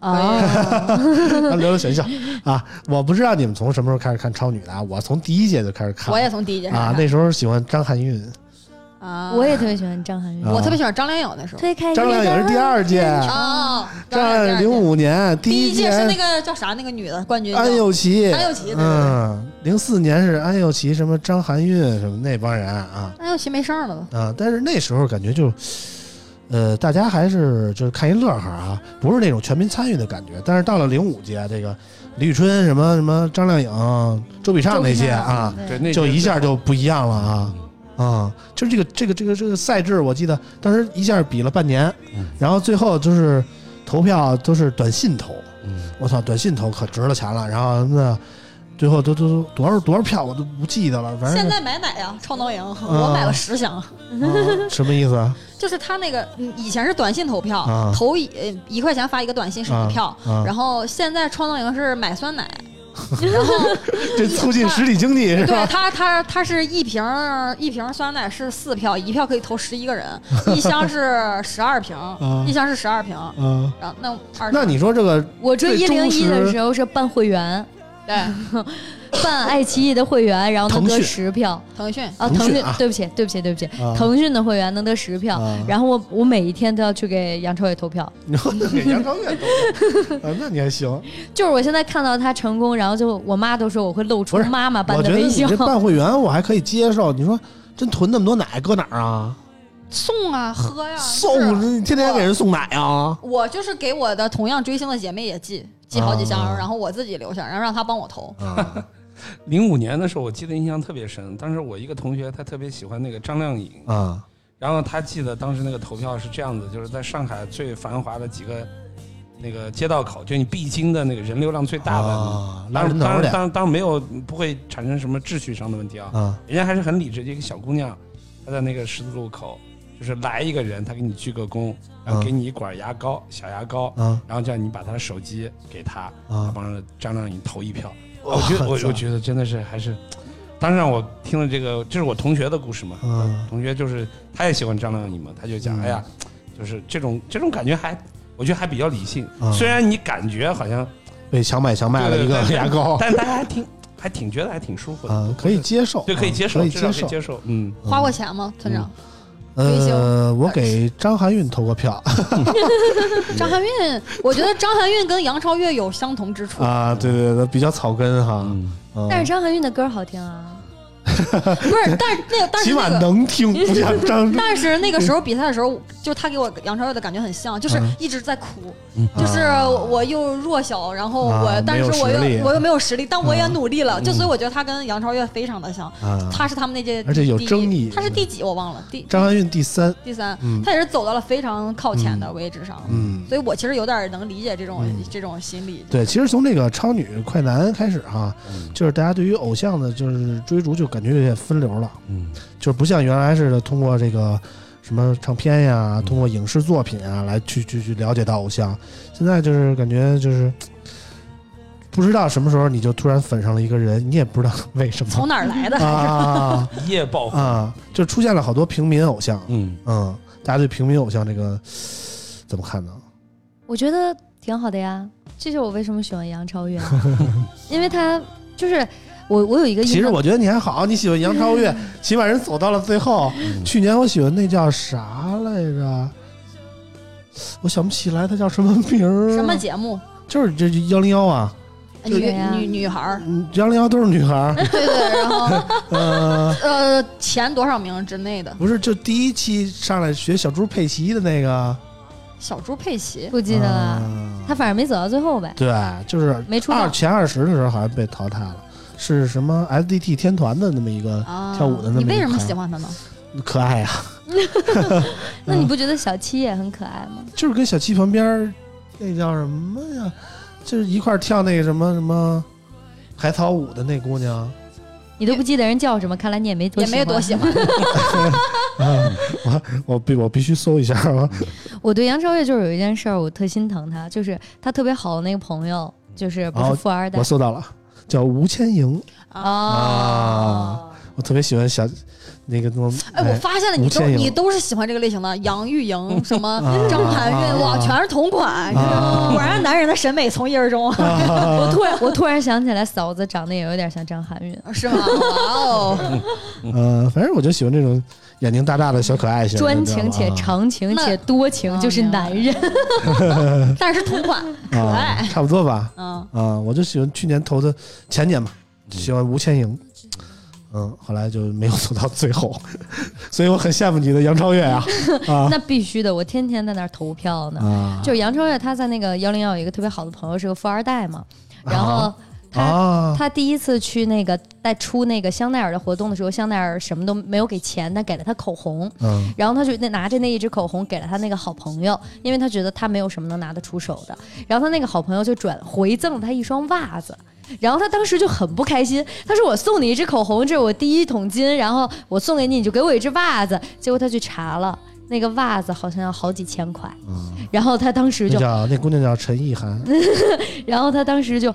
哎啊，咱们聊聊选秀啊。我不知道你们从什么时候开始看超女的啊，我从第一届就开始看， 我也从第一届开始啊，看那时候喜欢张含韵，啊，我也特别喜欢张含韵。啊我特别喜欢张靓颖那时候推开张靓颖是第二届，啊，张哎张靓颖靓颖零五年第一一届是那个叫啥那个女的冠军叫安又琪，安又琪对对对嗯，零四年是安又琪，什么张含韵什么那帮人啊。安又琪没声儿了都。啊，但是那时候感觉就，呃，大家还是就是看一乐呵啊，不是那种全民参与的感觉。但是到了零五届，这个李宇春、什么什么张靓颖、周笔畅那些啊，对，那就届一下最后就不一样了啊啊！就是这个这个这个这个赛制，我记得当时一下比了半年嗯，然后最后就是投票都是短信投，嗯我操，短信投可值了钱了。然后什么的，最后都都都多少多少票我都不记得了，反正现是在买奶啊，超能赢，嗯我买了十箱。啊什么意思啊？就是他那个嗯以前是短信投票，啊投一呃一块钱发一个短信是啊一票，啊然后现在创造营是买 酸奶，这促进实体经济是对吧？他他他是一瓶一瓶酸奶是四票，一票可以投十一 个人，一箱是十二瓶，一箱是十二瓶，嗯，然后那二啊那你说这个我追一最零忠一实的时候是办会 员，对办爱奇艺的会员，然后能腾得讯十票腾讯啊。腾腾讯讯啊，对不起，对不起，对不起，啊腾讯的会员能得十票。啊，然后我我每一天都要去给杨超越投票，然 后给杨超越都，啊，那你还 行。就是我现在看到他成功，然后就我妈都说我会露出不是妈妈般我觉的得微你笑这。办会员我还可以接受。你说真囤那么多奶搁哪儿啊？送啊喝呀、送是你天天给人送奶啊？我就是给我的同样追星的姐妹也寄寄好几箱，啊然后我自己留下，然后让她帮我投。啊， 零五年的时候，我记得印象特别深。当时我一个同学，他特别喜欢那个张靓颖，啊然后他记得当时那个投票是这样子，就是在上海最繁华的几个那个街道口，就你必经的那个人流量最大的。啊，拉当人然头当然的当然当然没有不会产生什么秩序上的问题啊，啊人家还是很理智。一个小姑娘，她在那个十字路口，就是来一个人，她给你鞠个躬，然后啊给你一管牙膏，小牙膏，啊然后叫你把她的手机给她，她啊！帮张靓颖投一票。我觉得我我觉得真的是还是，当然我听了这个，这是我同学的故事嘛。嗯同学就是他也喜欢张靓颖嘛，他就嗯讲，哎呀，就是这种这种感觉还，我觉得还比较理性嗯。虽然你感觉好像，被强买强卖了一个牙膏但大家还挺还挺觉得还挺舒服的啊，可以接受，对，可以接啊受，可以至接少可以受，接受，嗯，嗯花过钱吗，村长？追星呃，我给张含韵投过票张含韵，我觉得张含韵跟杨超越有相同之处，啊，对对对，比较草根哈，嗯但是张含韵的歌好听啊，不是，但是那个，但嗯起是码那个。能 听，不像张但是那个时候比赛的时候，就他给我杨超越的感觉很像，就是嗯一直在哭，啊就是我又弱小，然后我，啊但是没有我实力又我又没有实力，但我也啊努力了，就所以我觉得他跟杨超越非常的像，啊，他是他们那届第一，而且有争议他是第几我忘了，第张含韵第三，第三，嗯他也是走到了非常靠前的位置上，嗯。所以我其实有点能理解这种、嗯这种心理。对，其实从那个超女快男开始哈，嗯就是大家对于偶像的，就是追逐，就感觉有点分流了，嗯就是不像原来似的通过这个什么唱片呀，嗯通过影视作品啊来去去去了解到偶像。现在就是感觉就是不知道什么时候你就突然粉上了一个人，你也不知道为什么从哪儿来 的？啊一夜爆红，啊，就出现了好多平民偶像。嗯，嗯，大家对平民偶像这个怎么看呢？我觉得挺好的呀。这就是我为什么喜欢杨超越啊， 因为他就是我，我有一个其印实象，我觉得你还好，你喜欢杨超越，起码人走到了最后。嗯去年我喜欢那叫啥来着？我想不起来他叫什么名儿。啊什么？节目？就是这幺零幺啊，嗯就女谁呀女女孩儿？幺零幺都是女孩 儿。对对，然后嗯，呃，前多少名之内的不是，就第一期上来学小猪佩奇的那个，小猪佩奇，不记得了，啊他反正没走到最后呗，对，就是没出道二前二十的时候好像被淘汰了，是什么 SDT 天团的那么一个啊，跳舞的那么一个你为什么孩喜欢他呢？可爱啊。那嗯你不觉得小七也很可爱吗？就是跟小七旁边儿那叫什么呀？就是一块儿跳那个什么什么海草舞的那姑娘，你都不记得人叫什么，看来你也没多也没多喜欢，我必我必须搜一下啊！我对杨超越就是有一件事儿，我特心疼她，就是她特别好的那个朋友，就是不是哦富二代我搜到了，叫吴千莹，啊 啊哦，我特别喜欢小那个什么，哎，我发现了，你吴都倩颖你都是喜欢这个类型的，杨钰莹、什么啊张含韵，哇，全是同款，你知道吗？果然男人的审美从一而终，啊我突然我突然想起来，嫂子长得也有点像张含韵。 啊是吗？哇哦， 呃，反正我就喜欢这种眼睛大大的小可爱型，专你知道吗啊情且长情且多情，那哦就是男人。但是同款，可啊爱啊，，差不多吧。嗯，啊，我就喜欢去年投的前年吧，喜欢吴千莹。嗯，后来就没有走到最后， 所以我很羡慕你的杨超越啊啊那必须的，我天天在那儿投票呢。啊！就是杨超越，她在那个幺零幺有一个特别好的朋友，是个富二代嘛。然后啊她、啊，她第一次去那个在出那个香奈儿的活动的时候，香奈儿什么都没有给钱，但给了她口红。嗯然后他就那拿着那一支口红给了他那个好朋友，因为他觉得他没有什么能拿得出手的。然后他那个好朋友就转回赠了他一双袜子。然后他当时就很不开心，他说：“我送你一支口红，这是我第一桶金，然后我送给你，你就给我一只袜子。”结果他去查了，那个袜子好像要好几千块。然后他当时嗯那就，叫那姑娘叫陈意涵，然后他当时就，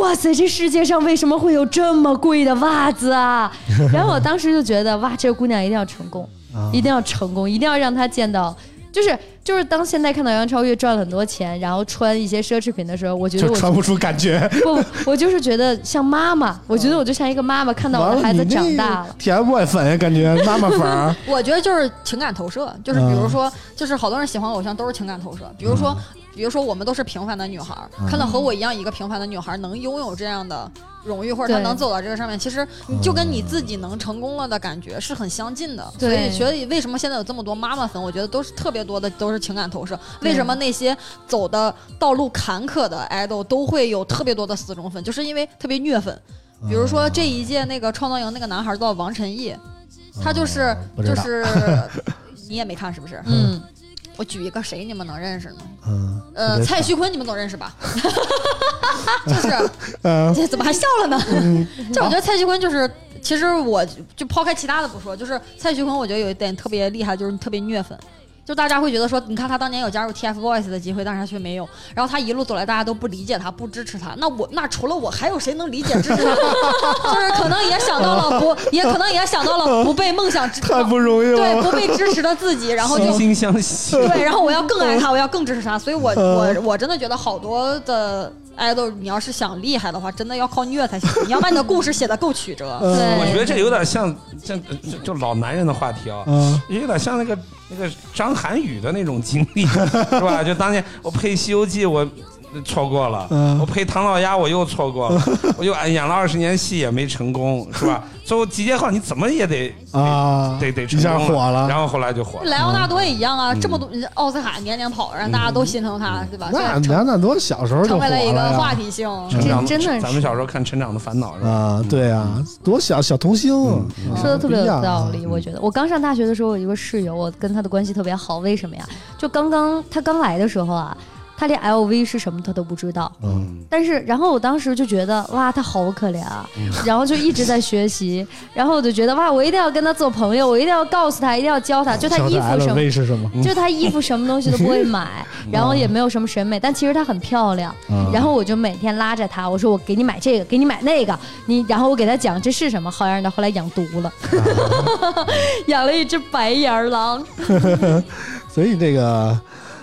哇塞，这世界上为什么会有这么贵的袜子啊？然后我当时就觉得，哇，这个姑娘一定要成功。 啊一定要成功，一定要让他见到。就是就是，当现在看到杨超越赚了很多钱，然后穿一些奢侈品的时候，我觉得就我穿不出感觉。不， 我就是觉得像妈妈，我觉得我就像一个妈妈，看到我完了，的孩子你那长大了。 ，TFBOY 粉呀，感觉妈妈粉 儿我觉得就是情感投嗯射，就是比如说，就是好多人喜欢偶像都是情感投射，比如说，嗯比如说我们都是平凡的女孩儿，看到和我一样一个平凡的女孩儿能拥有这样的荣誉，或者她对嗯能走到这个上面，其实你就跟你自己能成功了的感觉是很相近的。所对以，所以为什么现在有这么多妈妈粉？我觉得都是特别多的都是情感投射。对为什么那些走的道路坎坷的 idol 都会有特别多的死忠粉？就是因为特别虐粉。比如嗯说这一届那个创造营那个男孩儿叫王晨毅，他就是嗯不知就道是 你也没看是不是？嗯，我举一个谁你们能认识呢？嗯，呃，特别蔡徐坤你们总认识吧？ 就是 嗯这怎么还笑了呢？ 就我觉得蔡徐坤就是，其实我就抛开其他的不说，就是蔡徐坤，我觉得有一点特别厉害，就是特别虐粉。就大家会觉得说，你看他当年有加入 TFBOYS 的机会，但是他却没有。然后他一路走来，大家都不理解他，不支持他。那我那除了我，还有谁能理解支持他？ 就是可能也想到了不，也可能也想到了不被梦想支 太不容易对了。嗯不被支持的自己，然后就惺惺相惜，嗯对，然后我要更爱他，我要更支持他，所以我我我真的觉得好多的爱豆，你要是想厉害的话，真的要靠虐才行。你要把你的故事写的够曲折。呃我觉得这有点像像就就老男人的话题啊，嗯有点像那个那个张涵予的那种经历，是吧？就当年我配《西游记》，我错过了；嗯我配《唐老鸭》，我又错过 了；我又演了二十年戏也没成功，是吧？最后集结号你怎么也得啊，得得一成下功火然了，后后来就火了。莱昂纳多也一样啊，这么多奥斯卡年年跑，让大家都心疼他，对吧？所以嗯那成梁赞多小时候就成火为了一个话呀。嗯题性。成长这真的是咱们小时候看《成长的烦恼》是吧？啊，对啊，多小小童星，嗯啊说的特别有道。不一理，样我觉得。我刚上大学的时候，我有一个室友，我跟他的关系特别好。为什么呀？就刚刚他刚来的时候啊，他连 LV 是什么他都不知道。嗯，但是，然后我当时就觉得哇，他好可怜啊，然后就一直在学习，然后我就觉得哇，我一定要跟他做朋友，我一定要告诉他，一定要教他，就他像衣这服什么 LV 是什么？就她衣服什么东西都不 会买，然后也没有什么审美，但其实她很漂亮。嗯然后我就每天拉着她，我说我给你买这个，给你买那个，你然后我给她讲这是什么，好样的，后来养毒了，啊 养了一只白眼狼。所以这个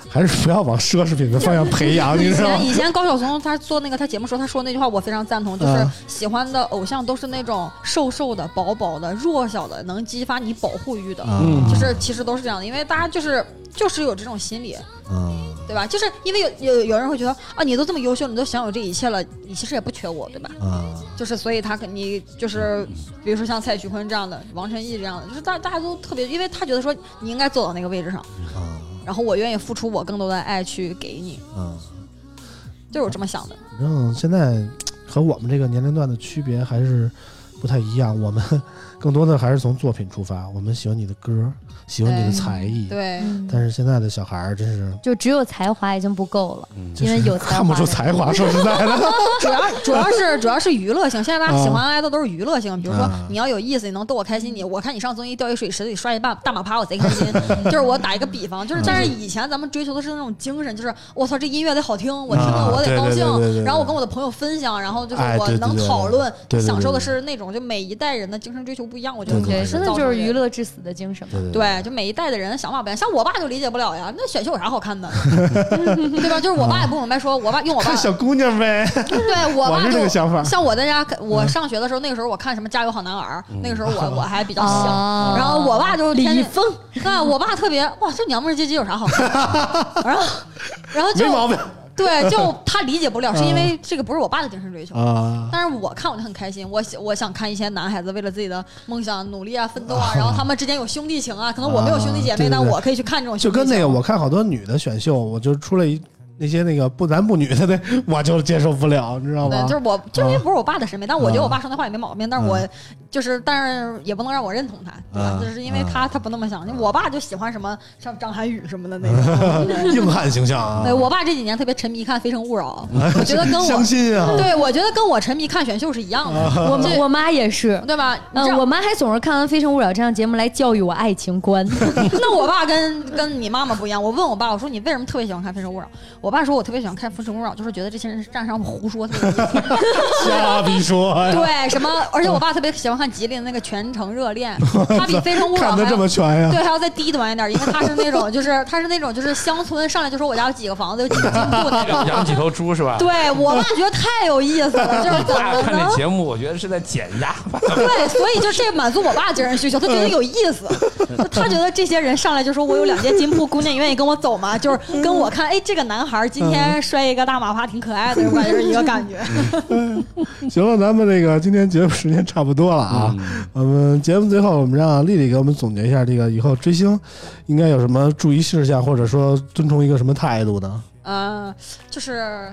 还是不要往奢侈品的方向培养，你以知道 前吗？以前高晓松他做那个他节目时候他说那句话我非常赞同，就是嗯喜欢的偶像都是那种瘦瘦的、薄薄的、弱小的，能激发你保护欲的。嗯就是其实都是这样的，因为大家就是就是有这种心理，嗯对吧？就是因为有有有人会觉得啊，你都这么优秀，你都享有这一切了，你其实也不缺我，对吧？嗯，就是所以他肯你就是比如说像蔡徐坤这样的，王晨毅这样的，就是大大家都特别，因为他觉得说你应该坐到那个位置上，然后我愿意付出我更多的爱去给你，嗯，就是我这么想的。反正现在和我们这个年龄段的区别还是不太一样，我们 更多的还是从作品出发，我们喜欢你的歌，喜欢你的对才艺。对，但是现在的小孩儿真是，就只有才华已经不够了，嗯就因为是有才华 看不出才华。说实在的， 主要主要是主要是娱乐性，现在大家喜啊欢爱豆都是娱乐性，比如说啊你要有意思，你能逗我开心，你我看你上综艺掉一水池子里摔一半大马趴，我贼开心。就是我打一个比嗯方，就是但是以前咱们追求的是那种精神，就是我操这音乐得好听，我听啊了我对得高对兴对对对，然后我跟我的朋友分享，然后就是哎我对对能对讨论对对，对享受的对是那种就每一代人的精神追求不一样，我觉对对得可能对，对真的造就成是娱这个。乐至死的精神嘛。对对，就每一代的人想法不一样，像我爸就理解不了呀，那选秀有啥好看 的，对吧？就是我爸也不明白，说我爸用我爸看小姑娘呗，对我我爸是就这个想法嗯像我在家，我上学的时候，那个时候我看什么《加油好男儿》，那个时候我 我还比较小。啊然后我爸就李天易天峰，对我爸特别哇，这娘们儿唧唧有啥好看的？ 然后，然后没就毛病嗯对，就他理解不了，是因为这个不是我爸的精神追求。啊。但是我看我就很开心，我喜我想看一些男孩子为了自己的梦想努力啊、奋斗啊，然后他们之间有兄弟情啊。可能我没有兄弟姐啊对对妹，但对我可以去看这种就兄弟跟情。那个，我看好多女的选秀，我就出来一那些那个不男不女的，那 我就接受不了，你知道对，吗就？是我，就是因为不是我爸的审美，但我觉得啊我爸说那话也没毛病，但是嗯我就是，但是也不能让我认同他，对啊吧？就是因为他他不那么想，嗯我爸就喜欢什么像张涵予什么的那种。 硬汉形象啊对，我爸这几年特别沉迷看《非诚勿扰》， 我觉得跟相我亲啊，嗯对我觉得跟我沉迷看选秀是一样的，我们我妈也是。 对吧？你知嗯，道我妈还总是看完《非诚勿扰》这样节目来教育我爱 情观。那我爸跟跟你妈妈不一样。我问我爸，我说你为什么特别喜欢看《非诚勿扰》？我爸说我特别喜欢看《非诚勿扰》，就是觉得这些人站上胡说特别有意思。瞎逼说 呀，对，什么？而且我爸特别喜欢看吉林那个《全程热 恋》，他比《非诚勿扰》看还的要这么全呀，对，还要再低端一点，因为他是 那种，就是他是那种，就是乡村上来就说我家有几个房子，有几个金库嗯 那种。养几头猪是吧？对我爸觉得太有意思了，就是怎大家么看这能节目，我觉得是在减压 吧。对，所以就这满足我爸精神需求，他觉得有意思，他觉得这些人上来就说我有两间金铺，姑娘你愿意跟我走吗？就是跟我看，哎，这个男孩今嗯天摔一个大马趴挺可爱的，我感觉是一个感觉。行了，咱们这个今天节目时间差不多了啊。我们节目最后，我们让丽丽给我们总结一下，这个以后追星应该有什么注意事项，或者说遵从一个什么态度呢？嗯，就是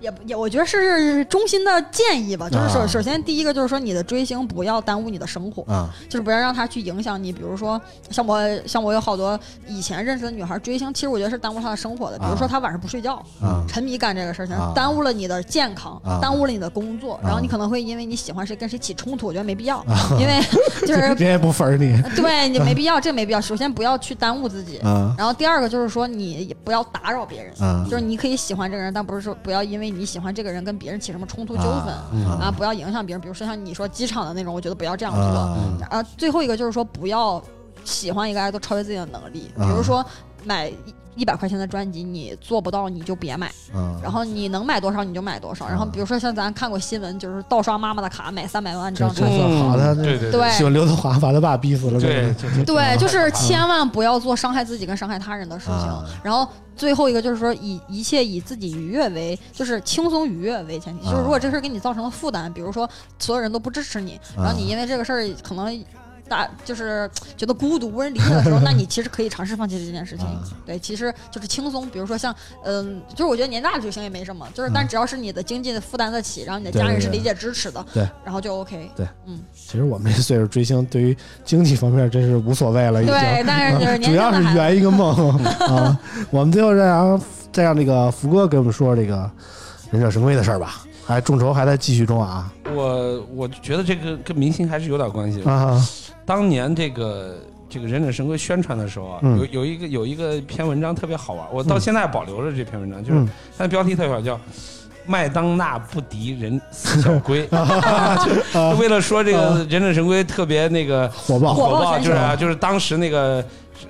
也不也，我觉得是衷心的建议吧。就是啊首首先第一个就是说，你的追星不要耽误你的生活，啊，就是不要让它去影响你。比如说，像我像我有好多以前认识的女孩追星，其实我觉得是耽误她的生活的。比如说啊她晚上不睡觉，啊沉迷干这个事情啊，耽误了你的健康啊，耽误了你的工作，然后你可能会因为你喜欢谁跟谁起冲突，我觉得没必要，啊 因为就是呃人也不粉 你对你没必要，这没必要。首先不要去耽误自己，啊然后第二个就是说，你也不要打扰别人，啊就是你可以喜欢这个人，但不是说不要因为你喜欢这个人跟别人起什么冲突纠纷啊嗯啊，不要影响别人。比如说像你说机场的那种，我觉得不要这样做。啊啊，最后一个就是说，不要喜欢一个爱豆超越自己的能力，比啊如说买。一百块钱的专辑你做不到你就别买，啊，然后你能买多少你就买多少。然后比如说像咱看过新闻，就是盗刷妈妈的卡买三百万这张这专辑，算好嗯的，对对对喜欢刘德华把他爸逼死了，对这个对，就是千万不要做伤害自己跟伤害他人的事情。嗯啊然后最后一个就是说以，一切以自己愉悦为，就是轻松愉悦为前提。就是如啊果这事儿给你造成了负担，比如说所有人都不支持你，然啊后你因为这个事儿可能大就是觉得孤独无人理解的时候，那你其实可以尝试放弃这件事情。啊对，其实就是轻松，比如说像嗯，就是我觉得年假旅行也没什么，就是但只要是你的经济负担得起，然后你的嗯对家人对是对理解支持的，对然后就 OK。其实我们这岁数追星，对于经济方面真是无所谓了，已经。对，但 是就是主年轻的要是孩子圆一个 梦啊！我们最后再让再让这个福哥给我们说说这个忍者神龟的事儿吧。哎，众筹还在继续中啊我我觉得这个跟明星还是有点关系的。啊！当年这个这个《忍者神龟》宣传的时候啊，嗯有有一个有一个篇文章特别好玩，我到嗯现在保留着这篇文章，就是嗯，它的标题特别好，叫。麦当娜不敌人死小龟， 就为了说这啊个忍者神龟特别那个火爆火火爆爆，全就球是啊，就是当时那个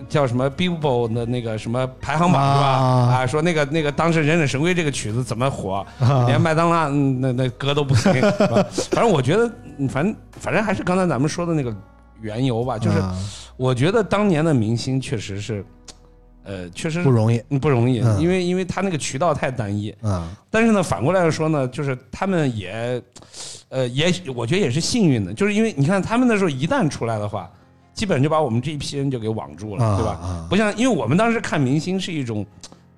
叫什么 Billboard 的那个什么排行榜是吧？啊啊，说那个那个当时《忍者神龟》这个曲子怎么火，啊连麦当娜嗯那那歌都不行。是吧 反正我觉得，嗯反正反正还是刚才咱们说的那个缘由吧，就是啊我觉得当年的明星确实是，呃，确实不容易易，不容易，嗯因为因为他那个渠道太单一。啊但是呢，反过来说呢，就是他们也，呃，也我觉得也是幸运的，就是因为你看他们那时候一旦出来的话，基本就把我们这一批人就给网住了，啊，对吧？吧？不像因为我们当时看明星是一种，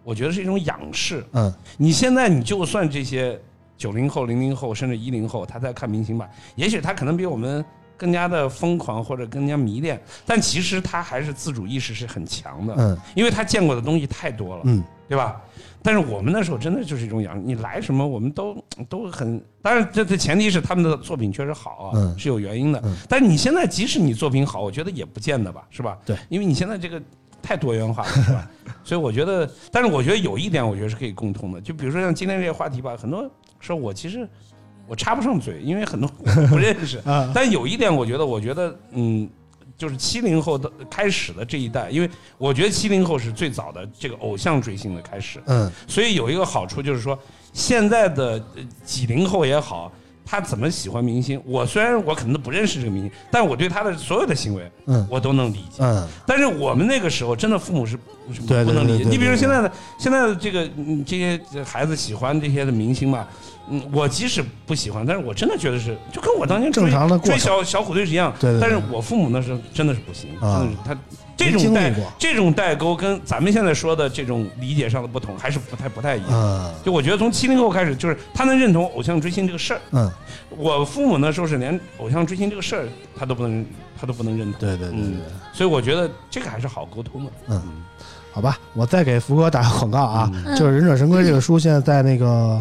我觉得是一种仰视。嗯你现在你就算这些九零后、零零后甚至一零后，他在看明星吧，也许他可能比我们。更加的疯狂或者更加迷恋，但其实他还是自主意识是很强的，嗯因为他见过的东西太多了。嗯对吧？但是我们那时候真的就是一种养，你来什么我们都都很，当然这这前提是他们的作品确实好啊，嗯是有原因的。嗯但是你现在即使你作品好，我觉得也不见得吧，是吧？对，因为你现在这个太多元化了，是吧？ 所以我觉得，但是我觉得有一点，我觉得是可以共通的，就比如说像今天这些话题吧，很多时候我其实我插不上嘴，因为很多 我不认识。啊 但有一点，我觉得，我觉得，嗯，就是七零后的开始的这一代，因为我觉得七零后是最早的这个偶像追星的开始，嗯所以有一个好处就是说，现在的呃几零后也好，他怎么喜欢明星，我虽然我可能都不认识这个明星，但我对他的所有的行为嗯我都能理解。嗯但是我们那个时候真的父母是是对对不能理对对解。对你比如现在的现在的这个嗯这些孩子喜欢这些的明星吧，嗯，我即使不喜欢，但是我真的觉得是就跟我当年追正常的过程追小小虎队是一样。对对对但是我父母那时候真的是不行，啊真的是他没这种经历代过这种代沟跟咱们现在说的这种理解上的不同还是不太不太一样。嗯就我觉得从七零后开始，就是他能认同偶像追星这个事儿。嗯，我父母那时候是连偶像追星这个事儿他都不能他都不能认同，对对对对，所以我觉得这个还是好沟通的。嗯。好吧，我再给福哥打个广告啊，嗯就是《忍者神龟》这个书现在在那个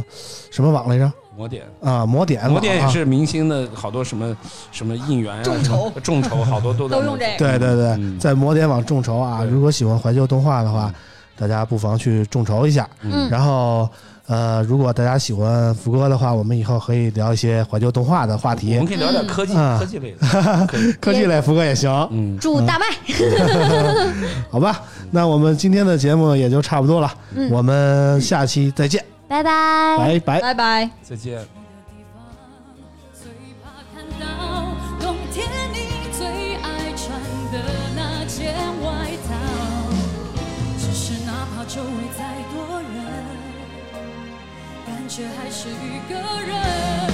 什么网来着？魔点，啊，魔点网啊，魔点也是明星的好多什么什么应援啊，众筹众筹好多都在都用这个对对对，嗯在魔点网众筹啊，对如果喜欢怀旧动画的话，大家不妨去众筹一下。嗯然后，呃，如果大家喜欢福哥的话，我们以后可以聊一些怀旧动画的话我题们，可以聊点科技嗯科技类的，可以，科技类福哥也行，嗯，祝大卖，好吧？那我们今天的节目也就差不多了，嗯我们下期再见，拜拜。拜拜。拜拜。再见。最怕看到冬天你最爱穿的那件外套，只是哪怕周围再多人，感觉还是一个人。